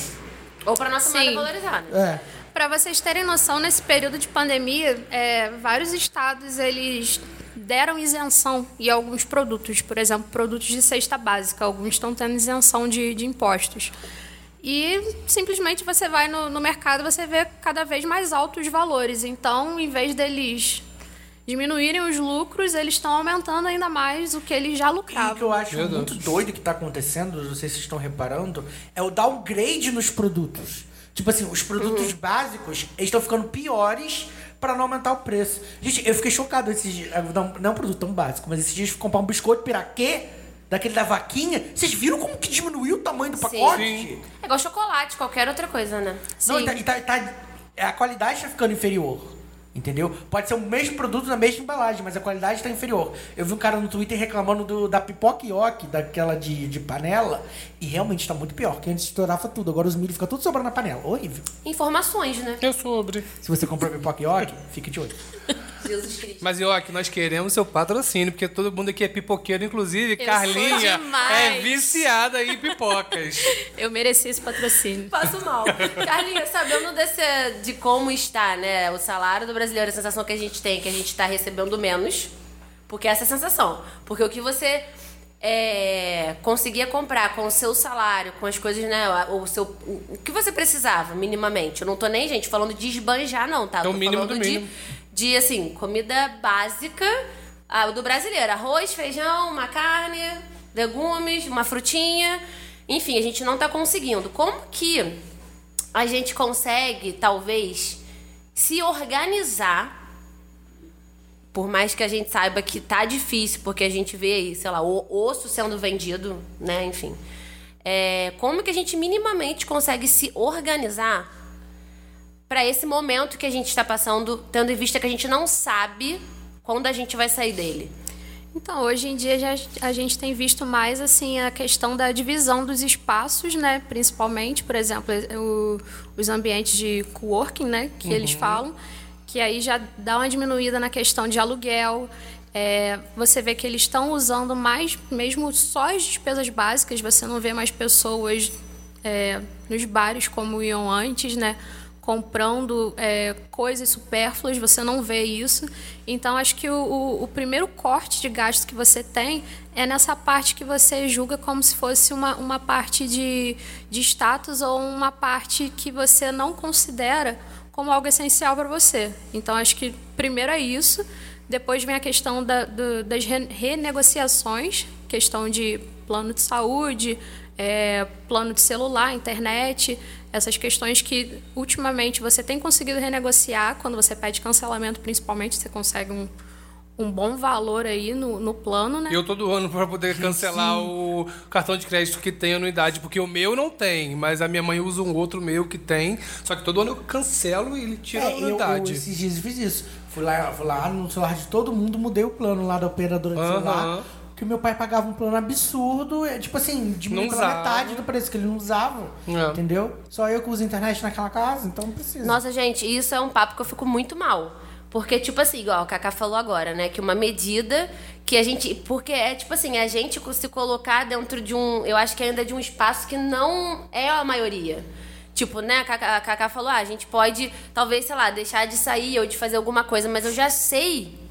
Ou pra nossa moeda Sim. valorizada. É. Para vocês terem noção, nesse período de pandemia, é, vários estados eles deram isenção em alguns produtos, por exemplo, produtos de cesta básica, alguns estão tendo isenção de, de impostos. E simplesmente você vai no, no mercado e você vê cada vez mais altos valores. Então, em vez deles diminuírem os lucros, eles estão aumentando ainda mais o que eles já E o que eu lucravam. acho Meu Deus. muito doido que tá acontecendo, não sei se vocês estão reparando, é o downgrade nos produtos. Tipo assim, os produtos básicos eles estão ficando piores pra não aumentar o preço. Gente, eu fiquei chocado esses dias. Não, não é um produto tão básico, mas esses dias eu fui comprar um biscoito piraquê, daquele da vaquinha. Vocês viram como que diminuiu o tamanho do pacote? Sim. É igual chocolate, qualquer outra coisa, né? é, Não, e tá- e tá- tá- a qualidade tá ficando inferior. Entendeu? Pode ser o mesmo produto na mesma embalagem, mas a qualidade está inferior. Eu vi um cara no Twitter reclamando do, da pipoca yoki, daquela de, de panela, e realmente está muito pior, é que antes estourava tudo. Agora os milho fica tudo sobrando na panela. Horrível. Informações, né? É sobre. Se você comprou pipoca yoki, fica de olho. Jesus Cristo. Mas, Ioki, nós queremos seu patrocínio, porque todo mundo aqui é pipoqueiro, inclusive sou Carlinha é demais. viciada em pipocas. Eu mereci esse patrocínio. Passo mal. Carlinhos, sabendo desse, de como está, né? O salário do brasileiro, a sensação que a gente tem é que a gente está recebendo menos. Porque essa é a sensação. Porque o que você é, conseguia comprar com o seu salário, com as coisas, né? O, seu, o, o que você precisava, minimamente. Eu não tô nem, gente, falando de esbanjar, não, tá? Eu É o tô mínimo falando do de, mínimo. de, assim, comida básica ah, do brasileiro. Arroz, feijão, uma carne, legumes, uma frutinha. Enfim, a gente não tá conseguindo. Como que a gente consegue, talvez, se organizar por mais que a gente saiba que tá difícil, porque a gente vê aí, sei lá, o osso sendo vendido, né, enfim. É, como que a gente minimamente consegue se organizar para esse momento que a gente está passando, tendo em vista que a gente não sabe quando a gente vai sair dele? Então, hoje em dia já, a gente tem visto mais assim a questão da divisão dos espaços, né? Principalmente, por exemplo, eh, o- os ambientes de coworking, né? Que eles falam, que aí já dá uma diminuída na questão de aluguel. É, você vê que eles estão usando mais, mesmo só as despesas básicas, você não vê mais pessoas é, nos bares como iam antes, né? comprando é, coisas supérfluas, você não vê isso. Então, acho que o, o- o primeiro corte de gasto que você tem é nessa parte que você julga como se fosse uma, uma parte de, de status ou uma parte que você não considera como algo essencial para você. Então, acho que primeiro é isso. Depois vem a questão da- do- das re- renegociações, questão de plano de saúde, é, plano de celular, internet, essas questões que ultimamente você tem conseguido renegociar, quando você pede cancelamento, principalmente, você consegue um, um bom valor aí no, no plano, né? Eu todo ano pra poder cancelar o cartão de crédito que tem anuidade, porque o meu não tem, mas a minha mãe usa um outro meu que tem. Só que todo ano eu cancelo e ele tira a É, eu, eu anuidade. esses dias eu fiz isso. Fui lá, fui lá no celular de todo mundo, mudei o plano lá da operadora de Aham. celular. Que meu pai pagava um plano absurdo, é, tipo assim, diminuiu Não pela usava. metade do preço que ele não usava. É. Entendeu? Só eu que uso internet naquela casa, então não precisa. Nossa, gente, isso é um papo que eu fico muito mal. Porque, tipo assim, igual a Cacá falou agora, né? Que uma medida que a gente. Porque é, tipo assim, a gente se colocar dentro de um. Eu acho que ainda de um espaço que não é a maioria. Tipo, né? A Cacá, a Cacá falou, ah, a gente pode, talvez, sei lá, deixar de sair ou de fazer alguma coisa, mas eu já sei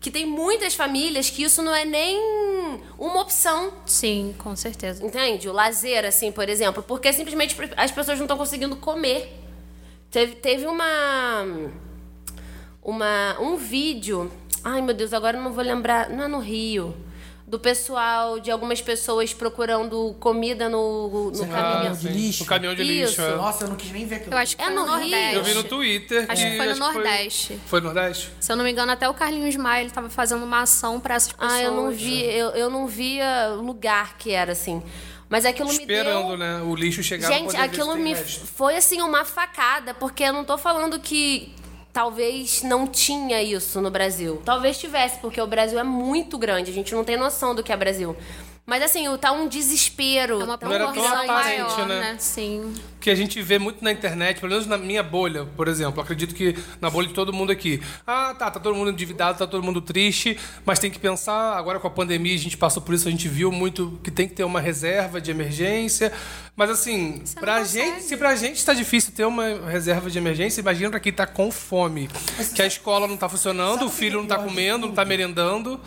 que tem muitas famílias que isso não é nem uma opção. Sim, com certeza. Entende? O lazer, assim, por exemplo. Porque simplesmente as pessoas não estão conseguindo comer. Teve, teve uma, uma. Um vídeo. Ai, meu Deus, agora eu não vou lembrar. Não é no Rio. Do pessoal, de algumas pessoas procurando comida no, no caminhão caminho. de Ah, lixo. O caminhão de Isso. lixo. é. Nossa, eu não quis nem ver aquilo. Eu acho que É foi no no, Rio? Nordeste. Eu vi no Twitter. Acho que foi no Nordeste. Foi no Nordeste? Se eu não me engano, até o Carlinhos Maia ele estava fazendo uma ação para essas pessoas. Ah, eu não vi, eu, eu não via o lugar que era, assim. Mas aquilo me Esperando, deu... né? O lixo chegar pra Gente, poder ver aquilo se tem me resto. foi assim uma facada, porque eu não tô falando que talvez não tinha isso no Brasil. Talvez tivesse, porque o Brasil é muito grande, a gente não tem noção do que é Brasil. Mas assim, o- tá um desespero. É uma tá Não era tão proporção aparente, maior, né? né? Sim. que a gente vê muito na internet, pelo menos na minha bolha, por exemplo. Acredito que na bolha de todo mundo aqui. Ah, tá, tá todo mundo endividado, tá todo mundo triste, mas tem que pensar, agora com a pandemia a gente passou por isso, a gente viu muito que tem que ter uma reserva de emergência. Mas assim, Você não pra consegue. gente, se pra gente tá difícil ter uma reserva de emergência, imagina pra quem tá com fome. Que a escola não tá funcionando, sabe o o que filho é não tá pior de comendo, não tá merendando.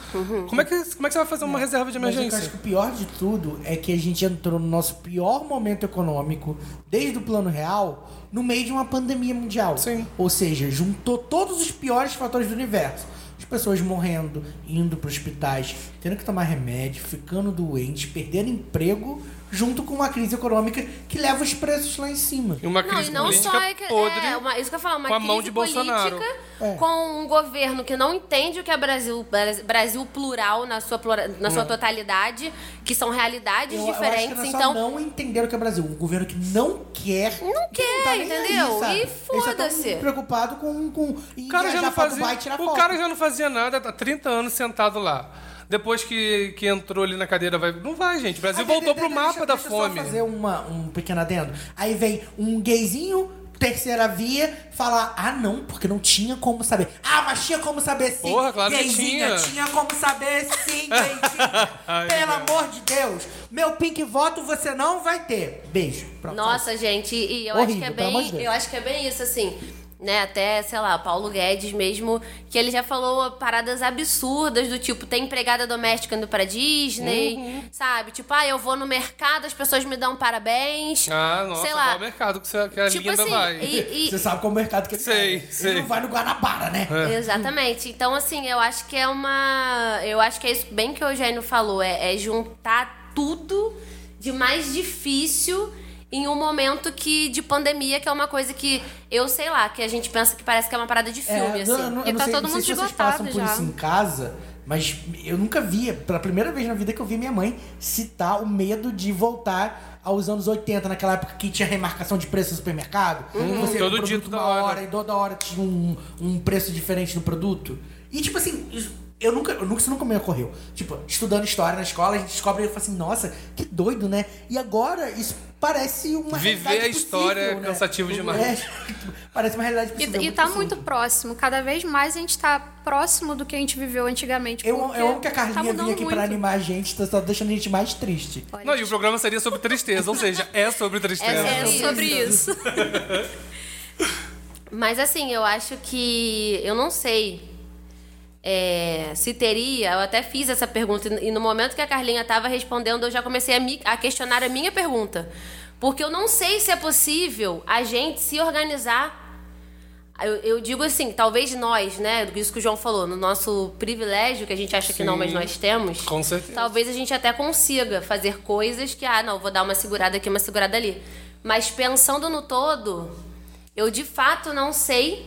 Como, é que, como é que você vai fazer uma reserva de Mas o que eu acho emergência? que o pior de tudo é que a gente entrou no nosso pior momento econômico, desde o plano real, no meio de uma pandemia mundial. Sim. Ou seja, juntou todos os piores fatores do universo. As pessoas morrendo, indo para hospitais, tendo que tomar remédio, ficando doente, perdendo emprego junto com uma crise econômica que leva os preços lá em cima. E uma Não, crise e não política só é que, podre. é, uma, isso que eu ia falar, uma com a crise mão de Bolsonaro. política É. com um governo que não entende o que é Brasil, Bra- Brasil plural na sua, plura- na sua totalidade, que são realidades Eu, eu acho que diferentes, não é só então não entender o que é Brasil. Um governo que não quer. Não que quer, tá nem aí, entendeu? sabe? E Eles só tão foda-se. preocupado com. com em O cara já engajar não foto, fazia, vai tirar o foto. cara já não fazia nada há 30 anos sentado lá. Depois que, que entrou ali na cadeira, vai. Não vai, gente. O Brasil Aí, voltou de- de- pro deixa- mapa da deixa eu fome. Só fazer uma, um pequeno adendo. Aí vem um gayzinho, terceira via, falar: ah, não, porque não tinha como saber. Ah, mas tinha como saber sim. Porra, claro que Gayzinha, tinha. como saber sim, gayzinha. Ai, Pelo meu. amor de Deus. Meu pink voto você não vai ter. Beijo. Pronto. Nossa, gente, e eu acho que é Horrível, pelo amor de bem, Deus. eu acho que é bem isso assim, né? Até, sei lá, Paulo Guedes mesmo, que ele já falou paradas absurdas do tipo, tem empregada doméstica indo pra Disney, Uhum. sabe? Tipo, ah, eu vou no mercado, as pessoas me dão parabéns. Ah, nossa, sei qual lá. o mercado que, você, que a tipo linda assim, vai. e- e- Você sabe qual é o mercado que ele Sei, vai. sei. É. Ele não vai no Guanabara, né? Exatamente. Então, assim, eu acho que é uma. Eu acho que é isso bem que o Eugênio falou: é, é juntar tudo de mais difícil em um momento que de pandemia, que é uma coisa que eu sei lá, que a gente pensa que parece que é uma parada de filme, assim. não- E tá todo mundo se vocês esgotado passam por já. isso em casa, mas eu nunca via, pela primeira vez na vida que eu vi minha mãe citar o medo de voltar aos anos 80, naquela época que tinha remarcação de preço no supermercado. Uhum. Você Uhum. Todo ia no dia, produto toda uma hora. e toda hora tinha um, um preço diferente no produto. E tipo assim, isso- eu nunca, eu nunca, isso nunca me ocorreu. Tipo, estudando história na escola, a gente descobre e fala assim, nossa, que doido, né? E agora isso parece uma Viver realidade a história possível, é né? cansativo É, demais. parece uma realidade E, possível. tipo assim. e tá possível. muito próximo. Cada vez mais a gente tá próximo do que a gente viveu antigamente. Eu, porque eu amo que a tá Carlinha mudando vinha aqui muito. pra animar a gente, tá só deixando a gente mais triste. Não, e o programa seria sobre tristeza, ou seja, é sobre tristeza. É É sobre isso. Mas assim, eu acho que. Eu não sei. é, se teria, eu até fiz essa pergunta, e no momento que a Carlinha estava respondendo, eu já comecei a, me- a questionar a minha pergunta. Porque eu não sei se é possível a gente se organizar. Eu, eu digo assim, talvez nós, né? Isso que o João falou, no nosso privilégio, que a gente acha que não, mas Sim. nós temos. Com certeza. Talvez a gente até consiga fazer coisas que, ah, não, vou dar uma segurada aqui, uma segurada ali. Mas pensando no todo, eu de fato não sei.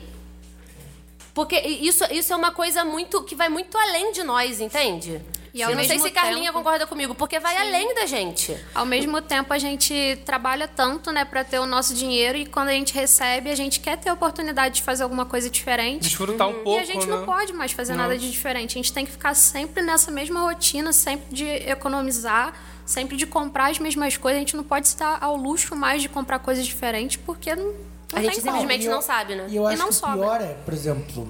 Porque i- isso, isso é uma coisa muito que vai muito além de nós, entende? E ao eu não sei mesmo se Carlinha tempo- concorda comigo, porque vai além da gente. Ao mesmo tempo, a gente trabalha tanto, né, pra ter o nosso dinheiro e quando a gente recebe, a gente quer ter a oportunidade de fazer alguma coisa diferente. Desfrutar um pouco, e a gente né? não pode mais fazer nada de diferente. A gente tem que ficar sempre nessa mesma rotina, sempre de economizar, sempre de comprar as mesmas coisas. A gente não pode estar ao luxo mais de comprar coisas diferentes, porque não, não A gente tem como. simplesmente Ah, E eu- não sabe, né? E eu E acho não que o sobra. pior é, por exemplo,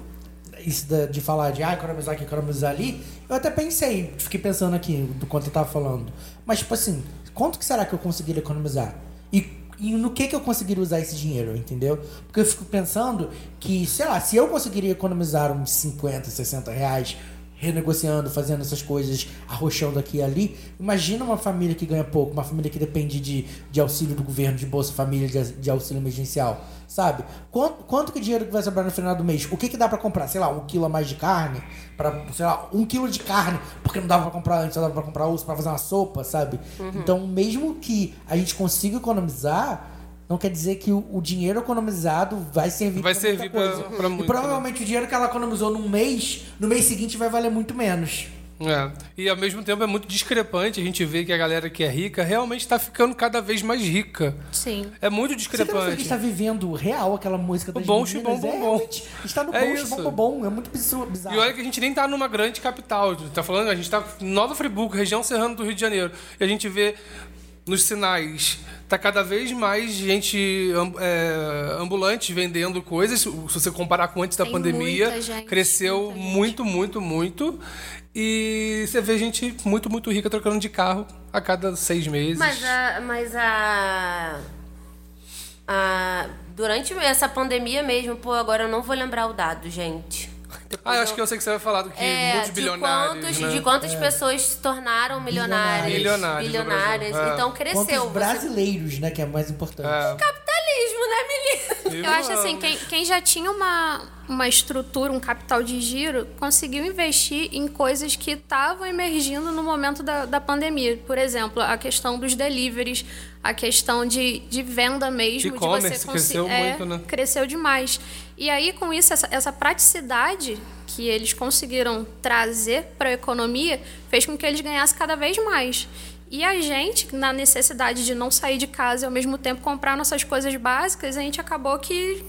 isso da- de falar de ah, economizar aqui, economizar ali. Eu até pensei, fiquei pensando aqui do quanto eu tava falando. Mas, tipo assim, quanto que será que eu conseguiria economizar? E, e no que que eu conseguiria usar esse dinheiro, entendeu? Porque eu fico pensando que, sei lá, se eu conseguiria economizar uns 50, 60 reais renegociando, fazendo essas coisas, arrochando aqui e ali. Imagina uma família que ganha pouco, uma família que depende de, de auxílio do governo, de Bolsa Família, de, de auxílio emergencial, sabe? Quanto, quanto que dinheiro que vai sobrar no final do mês? O que que dá pra comprar? Sei lá, um quilo a mais de carne? Pra, sei lá, um quilo de carne, porque não dava pra comprar antes, só dava pra comprar osso, pra fazer uma sopa, sabe? Uhum. Então, mesmo que a gente consiga economizar, não quer dizer que o, o dinheiro economizado vai servir Vai servir pra- muita coisa. pra E muito, né? provavelmente o dinheiro que ela economizou num mês, no mês seguinte vai valer muito menos. É. E ao mesmo tempo é muito discrepante a gente ver que a galera que é rica realmente está ficando cada vez mais rica. Sim. É muito Você tem noção que discrepante. tá está vivendo real aquela música das O bom, meninas? chibom, bom, é, bom. realmente, tá Está no É bom, isso. chibom, bom, bom. É muito bizarro. E olha que a gente nem tá numa grande capital. Tá falando, a gente tá em Nova Friburgo, região serrana do Rio de Janeiro. E a gente vê nos sinais, tá cada vez mais gente am- é, ambulante vendendo coisas. Se você comparar com antes da Tem pandemia, muita gente, cresceu muita gente. muito, muito, muito. E você vê gente muito, muito rica trocando de carro a cada seis meses. Mas é a. Mas a, a- durante essa pandemia mesmo, pô, agora eu não vou lembrar o dado, gente. Ah, eu acho que eu sei que você vai falar do que É, de multibilionários, quantos, né? de É. quantas pessoas se tornaram milionárias? Milionários no Bilionárias. Brasil, é. Então Quantos cresceu. Você- brasileiros, né? Que é mais importante. É. Capitalismo, né, me livre. Eu acho assim, quem, quem já tinha uma, uma estrutura, um capital de giro, conseguiu investir em coisas que estavam emergindo no momento da, da pandemia. Por exemplo, a questão dos deliveries, a questão de, de venda mesmo. E-commerce de você cresceu conseguir- é, muito, né? Cresceu demais. E aí, com isso, essa, essa praticidade que eles conseguiram trazer para a economia fez com que eles ganhassem cada vez mais. E a gente, na necessidade de não sair de casa e ao mesmo tempo comprar nossas coisas básicas, a gente acabou que.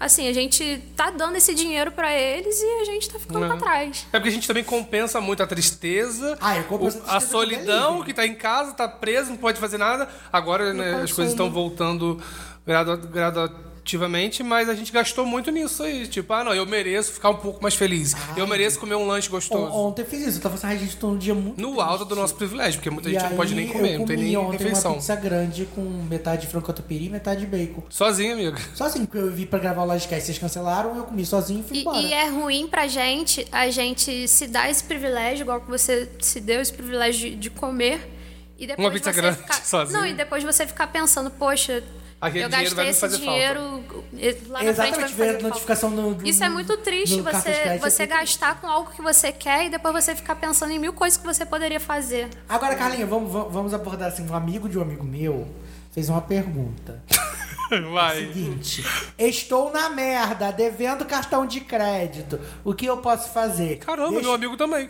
Assim, a gente tá dando esse dinheiro para eles e a gente tá ficando pra trás. É porque a gente também compensa muito a tristeza, Ah, eu compenso a o- tristeza com solidão delivery. que tá em casa, tá preso, não pode fazer nada. Agora né, as consumo. coisas estão voltando gradu- gradativamente, mas a gente gastou muito nisso aí. Tipo, ah, não, eu mereço ficar um pouco mais feliz. eu mereço comer um lanche gostoso. On- Ontem eu fiz isso. Eu tava assim, ai, gente, tô num dia muito. No alto do nosso privilégio, porque muita E gente não pode aí nem comer, eu não tem comi nem ontem refeição. uma pizza grande com metade de frango catupiry e metade de bacon. Sozinha, amiga. Só assim que eu vi pra gravar o Lodcast, vocês cancelaram, eu comi sozinho e fui E, embora. e é ruim pra gente a gente se dar esse privilégio, igual que você se deu esse privilégio de, de comer. E depois Uma pizza você grande ficar- sozinho. Não, e depois você ficar pensando, poxa, Aquele eu dinheiro vai gastei me esse fazer falta. dinheiro eh, lá na frente vai Exatamente, me ver a fazer falta. notificação no, no- Isso é muito triste, no Cartas você, Crédito, você é muito gastar com algo que você quer e depois você ficar pensando em mil coisas que você poderia fazer. Agora, Carlinha, vamos, vamos- vamos abordar assim. Um amigo de um amigo meu fez uma pergunta. Vai. Seguinte, estou na merda, devendo cartão de crédito. O que eu posso fazer? Caramba, Deixa- meu amigo também.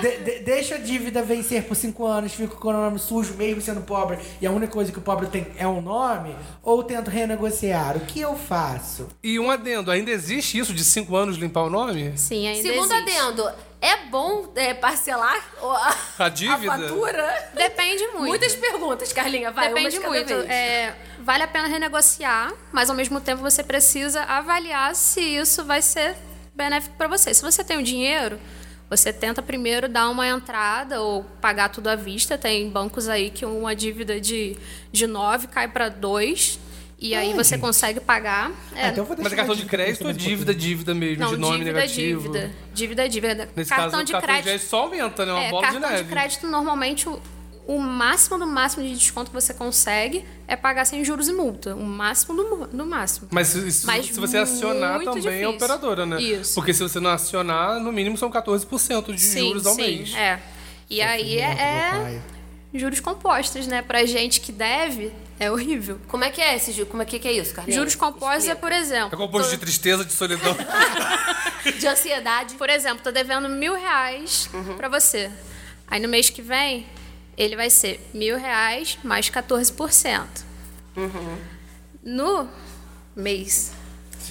de- de- deixa a dívida vencer por cinco anos, fico com o nome sujo, mesmo sendo pobre, e a única coisa que o pobre tem é um nome? Ou tento renegociar? O que eu faço? E um adendo, ainda existe isso de cinco anos limpar o nome? Sim, ainda Segundo existe. adendo, é bom é, parcelar o- a, A dívida? a fatura? Depende muito. Muitas perguntas, Carlinha. Vai, uma Depende de cada muito. vez. É, vale a pena renegociar, mas ao mesmo tempo você precisa avaliar se isso vai ser benéfico para você. Se você tem o dinheiro, você tenta primeiro dar uma entrada ou pagar tudo à vista. Tem bancos aí que uma dívida de, de 9 cai para 2 e aí você consegue pagar. Ah, É, então eu vou Mas deixar é cartão a de dívida crédito ou mais um dívida, dívida mesmo, de não, nome dívida, é negativo? dívida. Dívida é dívida. Nesse cartão caso, o de cartão de crédito crédito só aumenta, né? Uma é, bola de cartão neve. de crédito, normalmente, o, o máximo do máximo de desconto que você consegue é pagar sem juros e multa. O máximo do, mu- do máximo. Mas isso- Mas se você acionar muito também é difícil. operadora, né? Isso. Porque se você não acionar, no mínimo são 14% de juros ao sim, mês. É. E aí é, é juros compostos, né? Pra gente que deve, é horrível. Como é que é esse ju- Como é que que é isso, Carlinha? Juros compostos é, Explica. por exemplo. É composto tô- de tristeza, de solidão. De ansiedade. Por exemplo, tô devendo mil reais pra você. Aí no mês que vem, ele vai ser mil reais mais 14%. No mês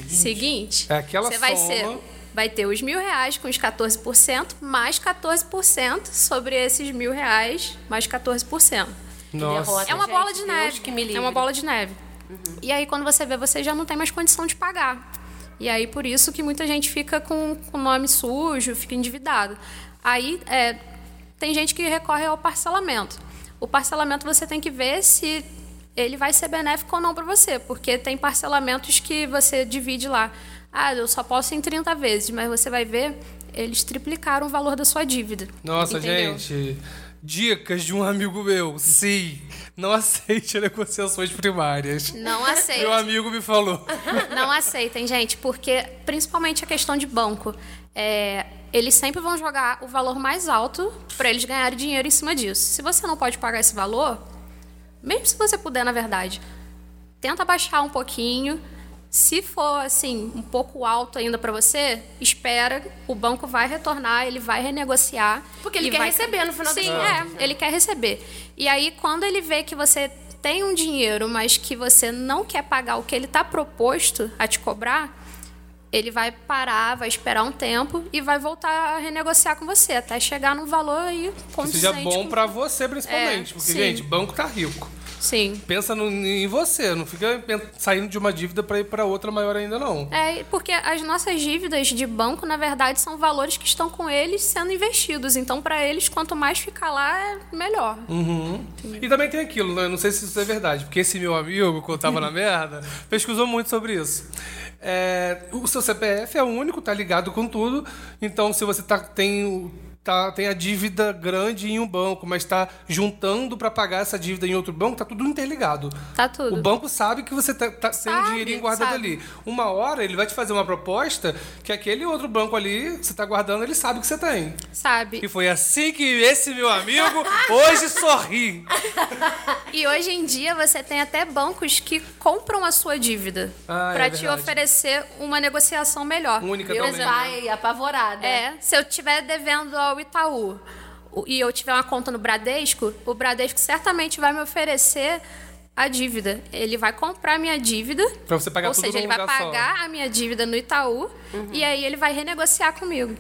seguinte, É aquela você vai soma. ser. Vai ter os mil reais com os 14%, mais 14% sobre esses mil reais, mais 14%. Nossa. derrota. É uma Gente, bola de Deus neve. que me livre. Uhum. É uma bola de neve. E aí, quando você vê, você já não tem mais condição de pagar. E aí, por isso que muita gente fica com o nome sujo, fica endividado. Aí, é, tem gente que recorre ao parcelamento. O parcelamento você tem que ver se ele vai ser benéfico ou não para você, porque tem parcelamentos que você divide lá. Ah, eu só posso em 30 vezes, mas você vai ver, eles triplicaram o valor da sua dívida. Nossa, Entendeu? gente. Dicas de um amigo meu. Sim, não aceite negociações primárias. Não aceito. Meu amigo me falou. Não aceitem, gente, porque principalmente a questão de banco. é, eles sempre vão jogar o valor mais alto para eles ganharem dinheiro em cima disso. Se você não pode pagar esse valor, mesmo se você puder, na verdade, tenta baixar um pouquinho. Se for assim, um pouco alto ainda para você, espera, o banco vai retornar, ele vai renegociar. Porque ele e quer vai- receber no final das Sim, contas, é, ele quer receber. E aí, quando ele vê que você tem um dinheiro, mas que você não quer pagar o que ele está proposto a te cobrar, ele vai parar, vai esperar um tempo e vai voltar a renegociar com você, até chegar num valor aí Que condizente. seja bom com- pra você, principalmente. É, porque, sim. gente, banco tá rico. Sim. Pensa no- em você, não fica pen- saindo de uma dívida pra ir pra outra maior ainda, não. É, porque as nossas dívidas de banco, na verdade, são valores que estão com eles sendo investidos. Então, para eles, quanto mais ficar lá, é melhor. Hum. E também tem aquilo, né? não sei se isso é verdade, porque esse meu amigo, quando tava na merda, pesquisou muito sobre isso. É, o seu CPF é o único, tá ligado com tudo. Então, se você tá, tem o- tá, tem a dívida grande em um banco, mas está juntando para pagar essa dívida em outro banco, tá tudo interligado. Tá tudo. O banco sabe que você tá, tá- tem um Sabe, dinheirinho guardado sabe. ali. Uma hora ele vai te fazer uma proposta que aquele outro banco ali, que você tá guardando, ele sabe que você tem. Sabe? E foi assim que esse meu amigo hoje sorri. E hoje em dia você tem até bancos que compram a sua dívida Ah, é pra te verdade. Um oferecer uma negociação melhor. Única Por também, exemplo, Vai apavorada. É, se eu estiver devendo ao Itaú o- e eu tiver uma conta no Bradesco, o Bradesco certamente vai me oferecer a dívida. Ele vai comprar a minha dívida. Pra você pagar Ou tudo seja, num ele vai lugar só. pagar a minha dívida no Itaú e aí ele vai renegociar comigo.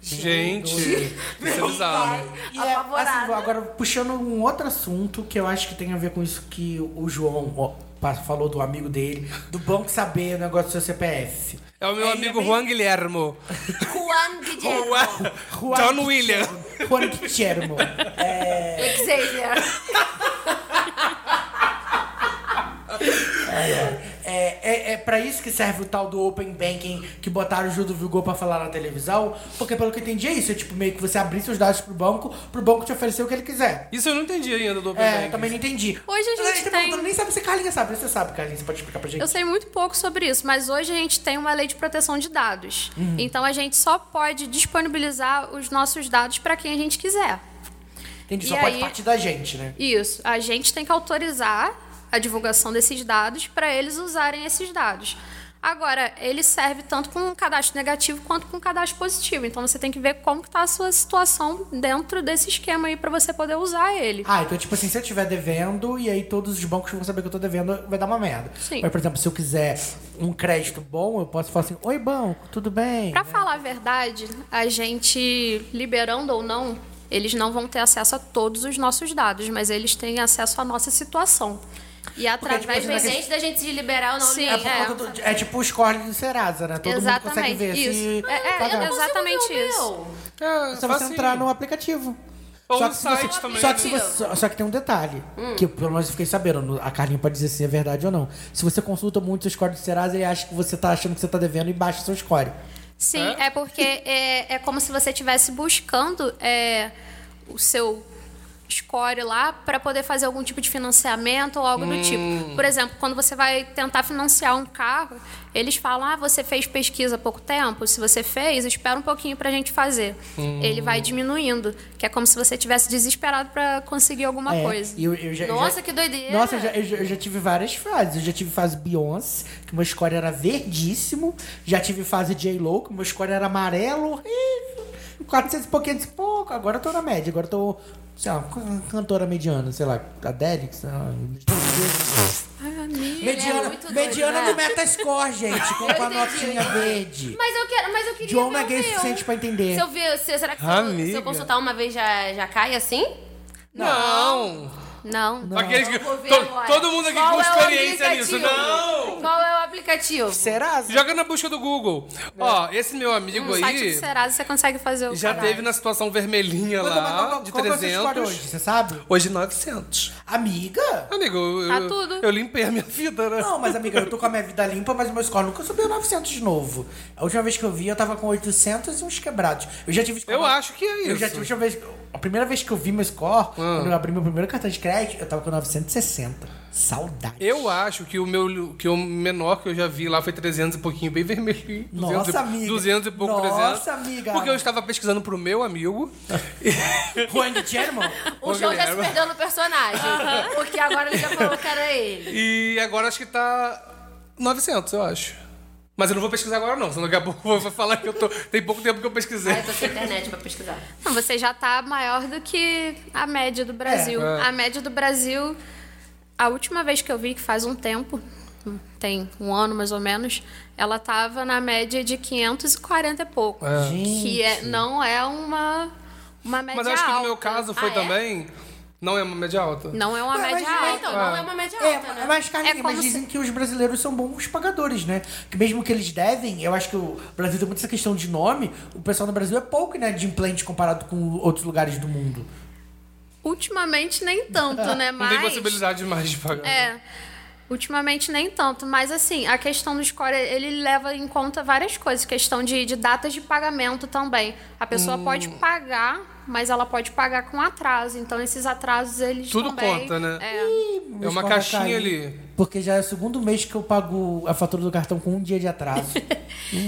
Gente, isso é bizarro. E é, Apavorada. assim, agora, puxando um outro assunto que eu acho que tem a ver com isso que o João ó, pa- falou do amigo dele, do banco saber o negócio do seu CPF. É o meu Aí amigo é bem- Juan Guilhermo. Juan Guillermo. John Juan Guillermo. William. Juan Guillermo. É, Xavier. é, é, é pra isso que serve o tal do Open Banking que botaram o Gil do Vigor pra falar na televisão. Porque pelo que eu entendi é isso. É tipo meio que você abrir seus dados pro banco, pro banco te oferecer o que ele quiser. Isso eu não entendi ainda do Open É, eu Banking. também não entendi. Hoje a gente Eu tô tem- tá perguntando, nem sabe se Carlinha sabe. Você sabe, Carlinha, você pode explicar pra gente. Eu sei muito pouco sobre isso, mas hoje a gente tem uma lei de proteção de dados. Uhum. Então a gente só pode disponibilizar os nossos dados para quem a gente quiser. Entendi, E só pode aí- partir da gente, né? Isso. A gente tem que autorizar a divulgação desses dados para eles usarem esses dados. Agora, ele serve tanto com um cadastro negativo quanto com um cadastro positivo. Então você tem que ver como está a sua situação dentro desse esquema aí para você poder usar ele. Ah, então, tipo assim, se eu estiver devendo, e aí todos os bancos vão saber que eu tô devendo, vai dar uma merda. Sim. Mas, por exemplo, se eu quiser um crédito bom, eu posso falar assim, oi banco, tudo bem? né? Para falar a verdade, a gente liberando ou não, eles não vão ter acesso a todos os nossos dados, mas eles têm acesso à nossa situação. E através tipo, do você tá Independente da gente se liberar ou não Sim, É, liberar. por conta do- é tipo o score do Serasa, né? Todo mundo consegue Exatamente, ver se... isso. É, é, pagar. eu não- Exatamente Você isso. não viu? É, É só você fácil. entrar no aplicativo. Ou um só no que se você- site também, Só que, se né? você- só- só que tem um detalhe, Hum. que eu, pelo menos eu fiquei sabendo, no- a Carlinha pode dizer se é verdade ou não. Se você consulta muito o score do Serasa, ele acha que você tá achando que você tá devendo e baixa o seu score. Sim, é, porque é, é como se você estivesse buscando é, o seu score lá para poder fazer algum tipo de financiamento ou algo do tipo. Hum. Por exemplo, quando você vai tentar financiar um carro, eles falam: ah, você fez pesquisa há pouco tempo? Se você fez, espera um pouquinho para a gente fazer. Ele Hum. vai diminuindo, que é como se você tivesse desesperado para conseguir alguma É, coisa. e eu- eu já- Nossa, já- que doideira. Nossa, eu já, eu já- eu já tive várias fases. Eu já tive fase Beyoncé, que meu score era verdíssimo. Já tive fase J-Lo, que meu score era amarelo. Ih, 400 e pouquinho de pouco. Agora eu tô na média. Agora eu tô, sei lá, can- cantora mediana, sei lá, Adele, sei lá. Ele é Mediana, muito doido, mediana né? do Metascore, gente, com, com a entendi. notinha verde. Mas eu, quero, mas eu queria João ver não é o gay o meu. suficiente pra entender. Se eu ver, se, será que se eu, se Amiga. eu consultar uma vez já, já cai assim? Não! Não. Aqueles que- Vou ver to- agora. todo mundo aqui Qual é o com experiência nisso. aplicativo? Não! Qual é o aplicativo? Serasa? Joga na busca do Google. É. Ó, esse meu amigo No Hum, site do aí Serasa você consegue fazer o já cadastro. teve na situação vermelhinha Quanto- lá, qual- de qual que é o seu score 300. hoje, você sabe? Hoje 900. Amiga? Amigo, eu, Tá eu- tudo. eu limpei a minha vida, né? Não, mas amiga, eu tô com a minha vida limpa, mas o meu score nunca subiu 900 de novo. A última vez que eu vi, eu tava com 800 e uns quebrados. Eu já tive score- Eu acho que é Eu isso. já Ah. tive, deixa eu ver, a primeira vez que eu vi meu score, quando eu abri meu primeiro cartão de crédito, eu tava com 960. Saudade. Eu acho que o meu que o menor que eu já vi lá foi 300 e pouquinho, bem vermelhinho. Nossa, 200 e- amiga. 200 e pouco, Nossa, 300. amiga. Porque eu estava pesquisando pro meu amigo. Juan é, Guillermo? é O João já se Guilherme. perdeu no personagem. Porque agora ele já falou que era ele. E agora acho que tá 900, eu acho. Mas eu não vou pesquisar agora não, senão daqui a pouco eu vou falar que eu tô... Tem pouco tempo que eu pesquisei. Ah, eu tô sem internet pra pesquisar. Não, Você já tá maior do que a média do Brasil. A média do Brasil, a última vez que eu vi, que faz um tempo, tem um ano mais ou menos, ela tava na média de 540 e pouco. Que é- não é uma, uma média Mas eu acho que no meu alta. caso foi Ah, é? também... Não é uma média alta. Não é uma Mas média imagina, alta. Então, não é uma média É, alta, né? mas, Carlinhos, É como mas dizem se- que os brasileiros são bons pagadores, né? Que mesmo que eles devem, eu acho que o Brasil tem muito essa questão de nome, o pessoal no Brasil é pouco, né, de implante comparado com outros lugares do mundo. Ultimamente nem tanto, né? Não Mas... tem possibilidade mais de pagar. É. Ultimamente nem tanto, mas assim, a questão do score, ele leva em conta várias coisas, questão de, de datas de pagamento também. A pessoa pode Hum. pagar, mas ela pode pagar com atraso, então esses atrasos, eles Tudo também... conta, né? É, É uma caixinha ali. Porque já é o segundo mês que eu pago a fatura do cartão com um dia de atraso. É.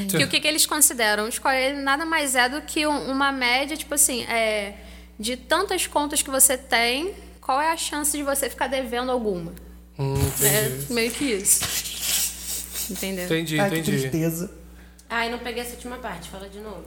que o que, que eles consideram? O score, ele nada mais é do que um- uma média, tipo assim, é, de tantas contas que você tem, qual é a chance de você ficar devendo alguma? Hum, é meio que isso. Entendeu? Entendi, Ai, que entendi. Tá tristeza. Ai, não peguei essa última parte, fala de novo.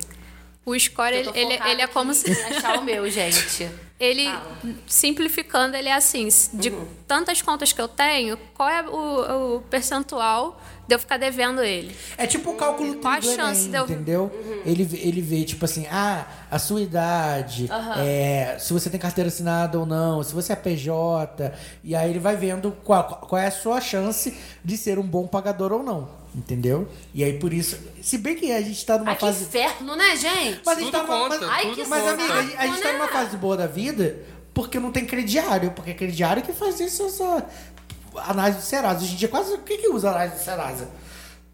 O score, Eu ele, tô ele, focada ele é como em se... achar o meu, gente. Ele, Fala. simplificando, ele é assim: s- de Uhum. tantas contas que eu tenho, qual é o, o percentual de eu ficar devendo ele? É tipo o cálculo Qual a do chance Enem, de eu- Uhum. entendeu? Ele, vê- ele vê, tipo assim, ah, a sua idade, é, se você tem carteira assinada ou não, se você é PJ. E aí ele vai vendo qual, qual é a sua chance de ser um bom pagador ou não, entendeu? E aí por isso. Se bem que a gente tá numa Ai, que fase. inferno, né, gente? Mas a Tudo gente tá numa, conta, mas, Ai, tudo que mas, conta. amiga, a gente- a gente tá numa fase boa da vida porque não tem crediário, porque é crediário que faz isso essa análise do Serasa. Hoje em dia quase o que que usa a análise do Serasa?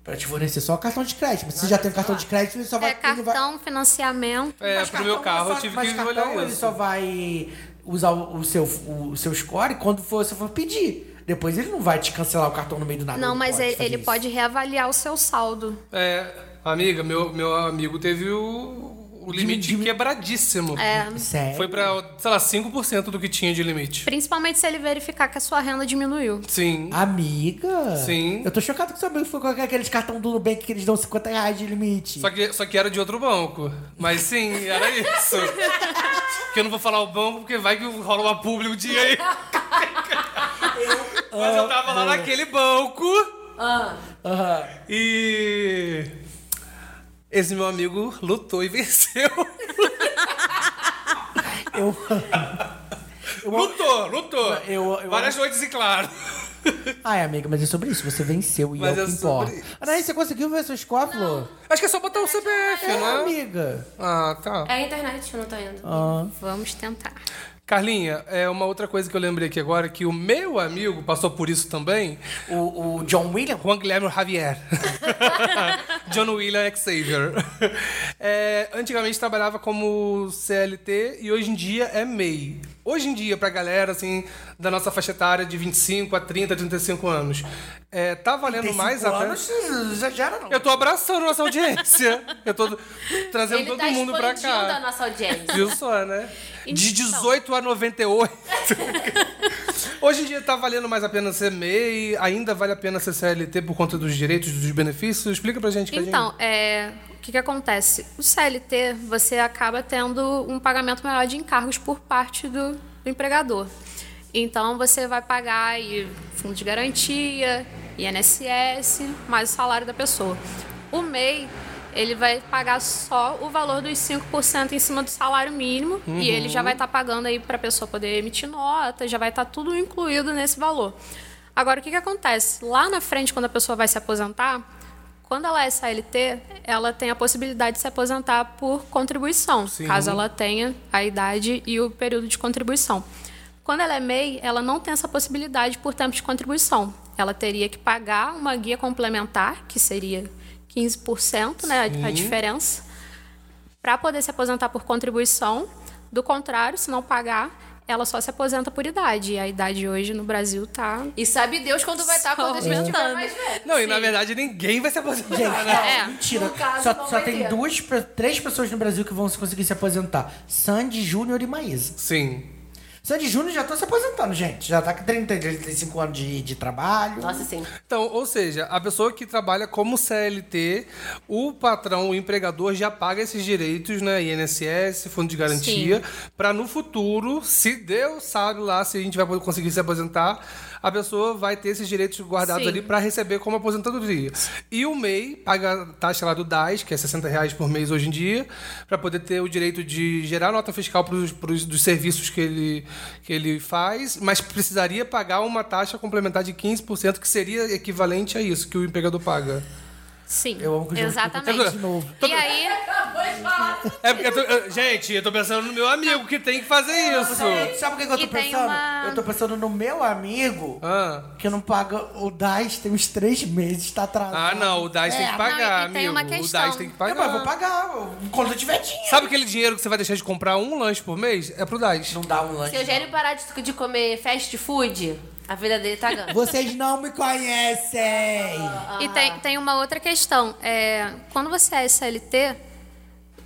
Pra te fornecer só o cartão de crédito. Mas se você já tem o cartão de crédito, ele só vai. É ele vai- cartão, financiamento. É, mas pro meu carro eu só- tive mas que cartão, olhar Ele isso. só vai usar o o seu, o seu score quando for, você for pedir. Depois ele não vai te cancelar o cartão no meio do nada. Não, mas ele, fazer ele isso. pode reavaliar o seu saldo. É, amiga, meu, meu amigo teve o, o limite quebradíssimo. É. Sério. Foi pra, sei lá, 5% do que tinha de limite. Principalmente se ele verificar que a sua renda diminuiu. Sim. Amiga? Sim. Eu tô chocado que seu amigo foi com aqueles cartão do Nubank que eles dão 50 reais de limite. Só que, só que era de outro banco. Mas sim, era isso. que eu não vou falar o banco, porque vai que rola uma pública um dia aí. Mas eu tava lá naquele banco. Ah. E. Esse meu amigo lutou e venceu. Eu, Lutou, lutou. Eu- eu- Várias noites em claro. Ai, amiga, mas é sobre isso. Você venceu e Mas é o é que sobre importa. Anaí, você conseguiu ver seus score, Flor? Acho que é só botar o CPF, É, né? amiga. Ah, tá. É a internet, eu não tô indo. Vamos tentar. Carlinha, é uma outra coisa que eu lembrei aqui agora, que o meu amigo passou por isso também. O, o John William? Juan Guilherme Javier. John William Xavier. É, antigamente trabalhava como CLT e hoje em dia é MEI. Hoje em dia, pra galera, assim, da nossa faixa etária de 25 a 30, 35 anos, é, tá valendo mais Cinco a pena. anos, exagera não. Eu tô abraçando nossa audiência. Eu tô trazendo Ele todo tá mundo pra expandindo cá. a nossa audiência. Viu só, né? De Então. 18 a 98. Hoje em dia tá valendo mais a pena ser MEI, ainda vale a pena ser CLT por conta dos direitos, dos benefícios? Explica pra gente, Cadinho. Então, é, o que, que acontece? O CLT, você acaba tendo um pagamento maior de encargos por parte do, do empregador. Então, você vai pagar aí fundo de garantia, INSS, mais o salário da pessoa. O MEI, ele vai pagar só o valor dos 5% em cima do salário mínimo Uhum. e ele já vai estar pagando aí para a pessoa poder emitir nota, já vai estar tudo incluído nesse valor. Agora, o que, que acontece? Lá na frente, quando a pessoa vai se aposentar, quando ela é CLT, ela tem a possibilidade de se aposentar por contribuição, Sim. caso ela tenha a idade e o período de contribuição. Quando ela é MEI, ela não tem essa possibilidade por tempo de contribuição. Ela teria que pagar uma guia complementar, que seria 15%, né, a- a diferença, para poder se aposentar por contribuição. Do contrário, se não pagar, ela só se aposenta por idade. E a idade hoje no Brasil tá E sabe Deus quando vai estar quando a gente tiver Aumentando. mais velho. Não, e na verdade ninguém vai se aposentar. né? Gente, não, É. mentira. No caso, só não só vai tem ter. duas, pe- três pessoas no Brasil que vão se conseguir se aposentar: Sandy Júnior e Maísa. Sim. Sandy Júnior já tá se aposentando, gente. Já tá com 30, 35 anos de, de trabalho. Nossa, sim. Então, ou seja, a pessoa que trabalha como CLT, o patrão, o empregador já paga esses direitos, né? INSS, fundo de garantia, para no futuro, se Deus sabe lá se a gente vai conseguir se aposentar, a pessoa vai ter esses direitos guardados Sim. ali para receber como aposentadoria. E o MEI paga a taxa lá do DAS, que é 60 reais por mês hoje em dia, para poder ter o direito de gerar nota fiscal pros, pros, dos serviços que ele, que ele faz, mas precisaria pagar uma taxa complementar de 15%, que seria equivalente a isso que o empregador paga. Sim. Eu amo que o João Exatamente. de novo. E aí, É porque eu tô- eu- gente, eu tô pensando no meu amigo que tem que fazer isso. Sabe o que, que eu tô E tem pensando? uma- Eu tô pensando no meu amigo Ah, que não paga o DAS tem uns três meses, tá atrasado. ah não, o DAS tem que É, não, pagar, e tem uma amigo. O DAS questão. tem que Eu, mas eu vou Ah. pagar. pagar eu- quando eu tiver dinheiro. Sabe aquele dinheiro que você vai deixar de comprar um lanche por mês? É pro DAS. Não dá um lanche. Se o Eugênio parar de, de comer fast food, a vida dele tá ganha. Vocês não me conhecem! E Ah. tem, tem uma outra questão. É, quando você é SLT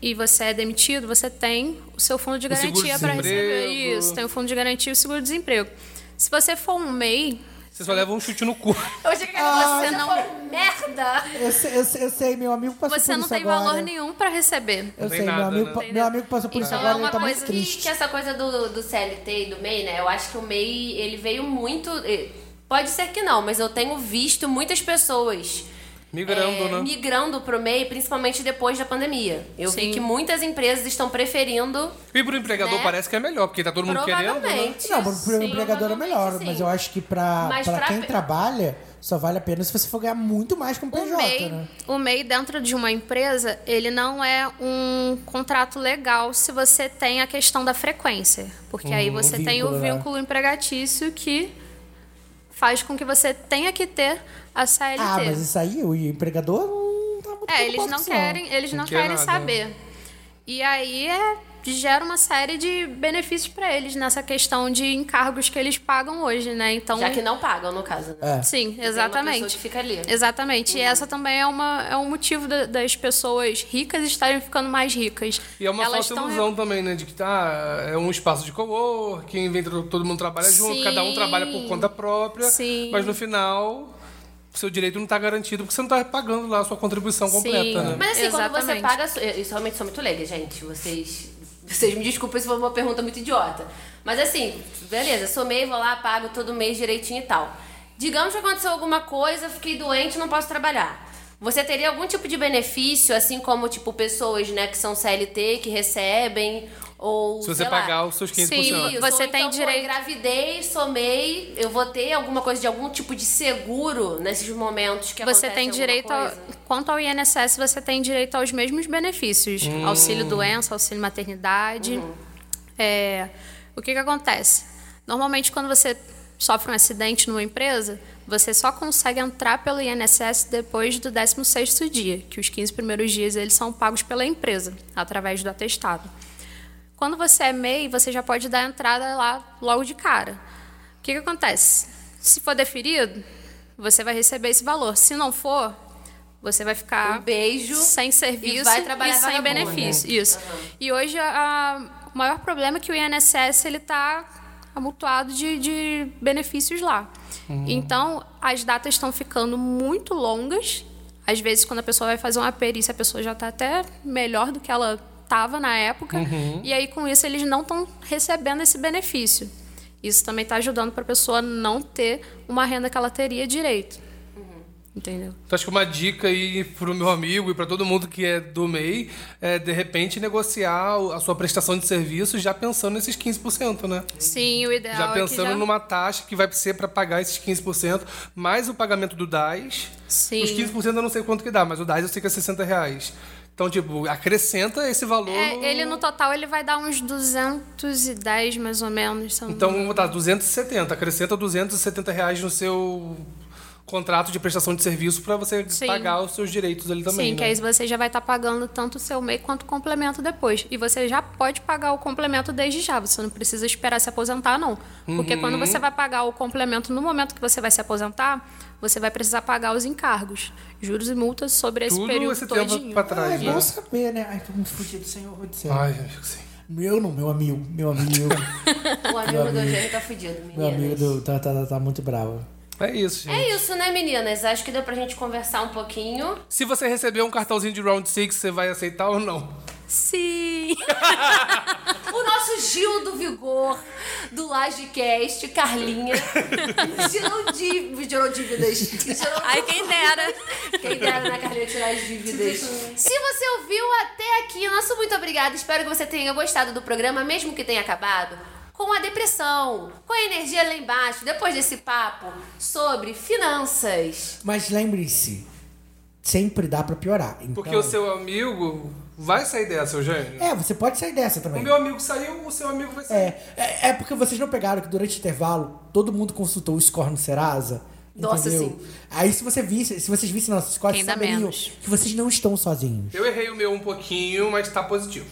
e você é demitido, você tem o seu fundo de garantia para receber. seguro-desemprego. Isso, tem o fundo de garantia e o seguro-desemprego. Se você for um MEI, Você só leva um chute no cu. Eu achei que Ah, você não- não merda. Eu sei, eu sei, eu sei, meu amigo passou você por não isso tem agora. valor nenhum para receber. Eu Não tem sei, meu, nada, amigo, né? pa- meu amigo passou por isso Então é agora, ele uma tá muito coisa que- triste. que essa coisa do, do CLT e do MEI, né? Eu acho que o MEI, ele veio muito... eh, Pode ser que não, mas eu tenho visto muitas pessoas... Migrando, É, eh, né? Migrando pro MEI, principalmente depois da pandemia. Eu vi Sim. que muitas empresas estão preferindo... E pro empregador Né? parece que é melhor, porque tá todo mundo querendo. né? provavelmente... Não, pro sim, empregador é melhor, assim provavelmente, mas sim. eu acho que pra, Mas pra pra quem pe- trabalha, só vale a pena se você for ganhar muito mais com O PJ, MEI, né? o MEI dentro de uma empresa, ele não é um contrato legal se você tem a questão da frequência. Porque aí você tem o vínculo, né? vínculo empregatício que faz com que você tenha que ter a CLT. Ah, mas isso aí, o empregador não tá muito É, eles preocupado com não isso, querem, eles Não não, quer querem nada. saber. E aí é, gera uma série de benefícios para eles nessa questão de encargos que eles pagam hoje, né? Então, Já que não pagam, no caso, né? É. sim, Tem uma pessoa exatamente. que fica ali. Uhum. Exatamente. E essa também é, uma, é um motivo da- das pessoas ricas estarem ficando mais ricas. E é uma Elas falsa tão re- ilusão também, né? De que tá, é um espaço de coworking, vem todo todo mundo trabalha junto, Sim. cada um trabalha por conta própria, Sim. mas no final seu direito não tá garantido porque você não tá pagando lá a sua contribuição completa, né? Mas assim, quando você Exatamente. paga. su- eu- Isso realmente sou muito leiga, gente. Vocês. Vocês me desculpem se for uma pergunta muito idiota. Mas assim, beleza, sou meio, vou lá, pago todo mês direitinho e tal. Digamos que aconteceu alguma coisa, fiquei doente, não posso trabalhar. Você teria algum tipo de benefício, assim como, tipo, pessoas, né, que são CLT, que recebem, ou, Se você sei lá, pagar os seus 15%. Sim, Isso, você ou tem então, direito- Pô, engravidei, somei, eu vou ter alguma coisa de algum tipo de seguro nesses momentos que Você acontece tem alguma direito ao, coisa? quanto ao INSS, você tem direito aos mesmos benefícios: Hum. auxílio doença, auxílio maternidade. Uhum. É, o que, que acontece? Normalmente, quando você sofre um acidente numa empresa, você só consegue entrar pelo INSS depois do 16º dia, que os 15 primeiros dias eles são pagos pela empresa através do atestado. Quando você é MEI, você já pode dar entrada lá logo de cara. O que, que acontece? Se for deferido, você vai receber esse valor. Se não for, você vai ficar Um beijo sem serviço e e, vai trabalhar sem vagabundo. benefício. Isso. E hoje a- o maior problema é que o INSS ele está amultuado de, de benefícios lá. Uhum. Então as datas estão ficando muito longas. Às vezes quando a pessoa vai fazer uma perícia a pessoa já está até melhor do que ela estava na época. Uhum. E aí com isso eles não estão recebendo esse benefício. Isso também está ajudando para a pessoa não ter uma renda que ela teria direito. Uhum. Entendeu? Então acho que uma dica aí pro meu amigo e pra todo mundo que é do MEI é, de repente, negociar o- a sua prestação de serviço já pensando nesses 15%, né? Sim, o ideal Já é que pensando já... numa taxa que vai ser pra pagar esses 15%, mais o pagamento do DAS. Sim. Os 15% eu não sei quanto que dá, mas o DAS eu sei que é 60 reais. Então, tipo, acrescenta esse valor. É, no- ele no total ele vai dar uns 210 mais ou menos. se eu não- Então, vamos botar 270. Acrescenta 270 reais no seu contrato de prestação de serviço pra você Sim. pagar os seus direitos ali também. Sim, né? que aí você já vai estar pagando tanto o seu MEI quanto o complemento depois. E você já pode pagar o complemento desde já. Você não precisa esperar se aposentar, não. Porque quando Uhum. você vai pagar o complemento no momento que você vai se aposentar, você vai precisar pagar os encargos, juros e multas sobre esse Tudo período esse tempo todinho. pra Ah, é trás. né? bom saber, né? Ai, tô muito fudido, senhor, vou dizer. Ai, eu fico assim. Meu não, meu amigo, meu amigo. O amigo do Eugênio tá fudido, meu amigo meninas. do, tá, tá, tá, tá muito bravo. É isso, gente. É isso, né, meninas? Acho que deu pra gente conversar um pouquinho. Se você receber um cartãozinho de Round six você vai aceitar ou não? Sim! O nosso Gil do Vigor, do Lagecast, Carlinha, gerou, dí- gerou dívidas. Gerou... Ai, quem dera. Quem dera na Carlinha tirar as dívidas. Se você ouviu até aqui, nosso muito obrigada. Espero que você tenha gostado do programa, mesmo que tenha acabado. Com a depressão, com a energia lá embaixo, depois desse papo sobre finanças. Mas lembre-se, sempre dá pra piorar. Então, Porque o seu amigo Vai sair dessa, Eugênio. É, você pode sair dessa O também. meu amigo saiu, o seu amigo vai sair. É, é, é porque vocês não pegaram que durante o intervalo todo mundo consultou o score no Serasa. Nossa, entendeu? Aí se você visse, se vocês vissem nosso score, vocês Ainda saberiam menos. que vocês não estão sozinhos. Eu errei o meu um pouquinho, mas tá positivo.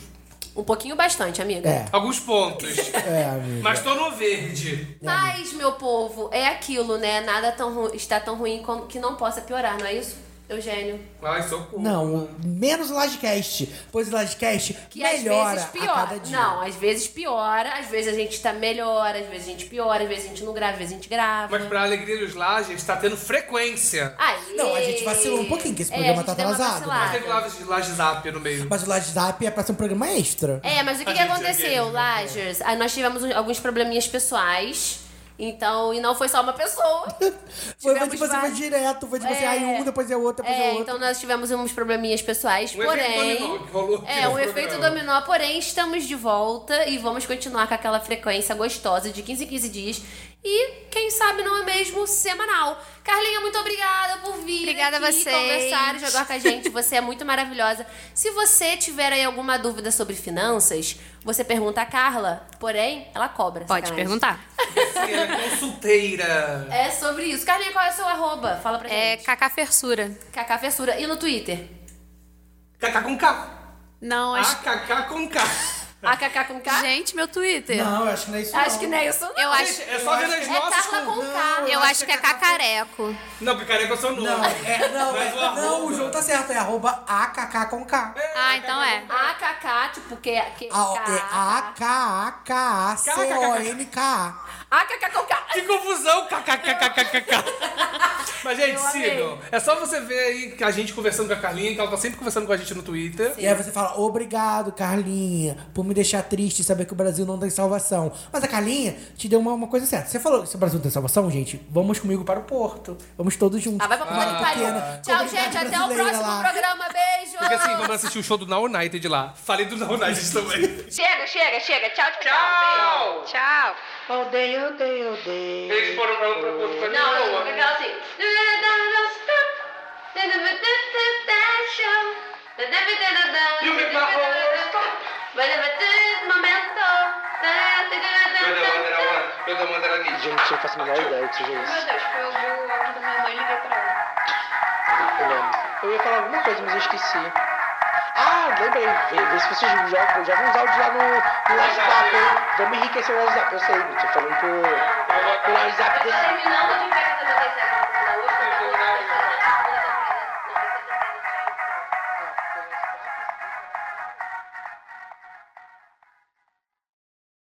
Um pouquinho bastante, amiga. É, Alguns pontos. é, amigo. mas tô no verde. Mas, meu povo, é aquilo, né? Nada tão ru... está tão ruim como que não possa piorar, não é isso, Eugênio? Ai, socorro. Não, o- menos o Lodcast, pois o Lodcast Que melhora às vezes a cada piora. dia. Não, às vezes piora, às vezes a gente tá melhor, às vezes a gente piora, às vezes a gente não grava, às vezes a gente grava. Mas pra alegria dos lajes, tá tendo frequência. Aí. é, Não, a gente vacilou um pouquinho, que esse programa a gente tá deu uma atrasado, vacilada. Teve lajes, lajes zap no meio. Mas o Lodgap é pra ser um programa extra. É, mas o que, A que gente é aconteceu, gay, né? Lagers? Ah, nós tivemos um- alguns probleminhas pessoais. Então, e não foi só uma pessoa. Foi, foi Tivemos tipo assim, vários- foi direto, foi tipo assim, aí um, depois é outro, depois é, É, outro. então nós tivemos uns probleminhas pessoais, Um efeito porém. dominó que rolou aqui é, no um efeito programa. dominó, porém estamos de volta e vamos continuar com aquela frequência gostosa de 15 em 15 dias. E quem sabe não é mesmo semanal. Carlinha, muito obrigada por vir. Obrigada aqui, a vocês. Conversar e jogar com a gente. Você é muito maravilhosa. Se você tiver aí alguma dúvida sobre finanças, você pergunta a Carla. Porém, ela cobra. Pode sacanagem. perguntar. Sim, ela é consulteira. É sobre isso. Carlinha, qual é o seu arroba? Fala pra É gente. Cacá Fersura. Cacá Fessura. E no Twitter? KK com K. Não, acho AKK com K. AKK com Ah, K? Gente, meu Twitter. Não, eu acho que não é isso Acho não. que não é isso, não. Eu acho, É só ver É nas nossas Carla com- com K. eu acho que é cacareco. Não, picareca é seu nome. Não, é, não, Mas é- o arroba- não, o João tá certo, é arroba AKK com K. Ah, então é. AKK, tipo, que que A- Ah, É A-K-A-K-A-C-O-N-K-A. AKK com K. Que confusão! KKKKKK. Mas, gente, Eu amei. sigam. É só você ver aí que a gente conversando com a Carlinha, que ela tá sempre conversando com a gente no Twitter. E aí você fala, obrigado, Carlinha, por me deixar triste e saber que o Brasil não tem salvação. Mas a Carlinha te deu uma, uma coisa certa. Você falou, se o Brasil não tem salvação, gente, vamos comigo para o Porto. Vamos todos juntos. Ah, vai pra puta que pariu. Tchau, gente. Até o próximo programa. Beijo. Porque assim, vamos assistir o show do Now United lá. Falei do Now United também. Chega, chega, chega. Tchau, tchau. Tchau. Eles foram pra um outra coisa Não, não, não. Aquela assim. You make my heart Gente, eu faço a menor ideia do que seja isso. Eu lembro. Eu ia falar alguma coisa, mas eu esqueci. Ah, lembrei. Vê, vê se vocês jogam, jogam os áudios lá no, no WhatsApp, hein? Vamos enriquecer o WhatsApp. Eu sei, eu tô falando pro, pro WhatsApp desse Terminando de pegar essa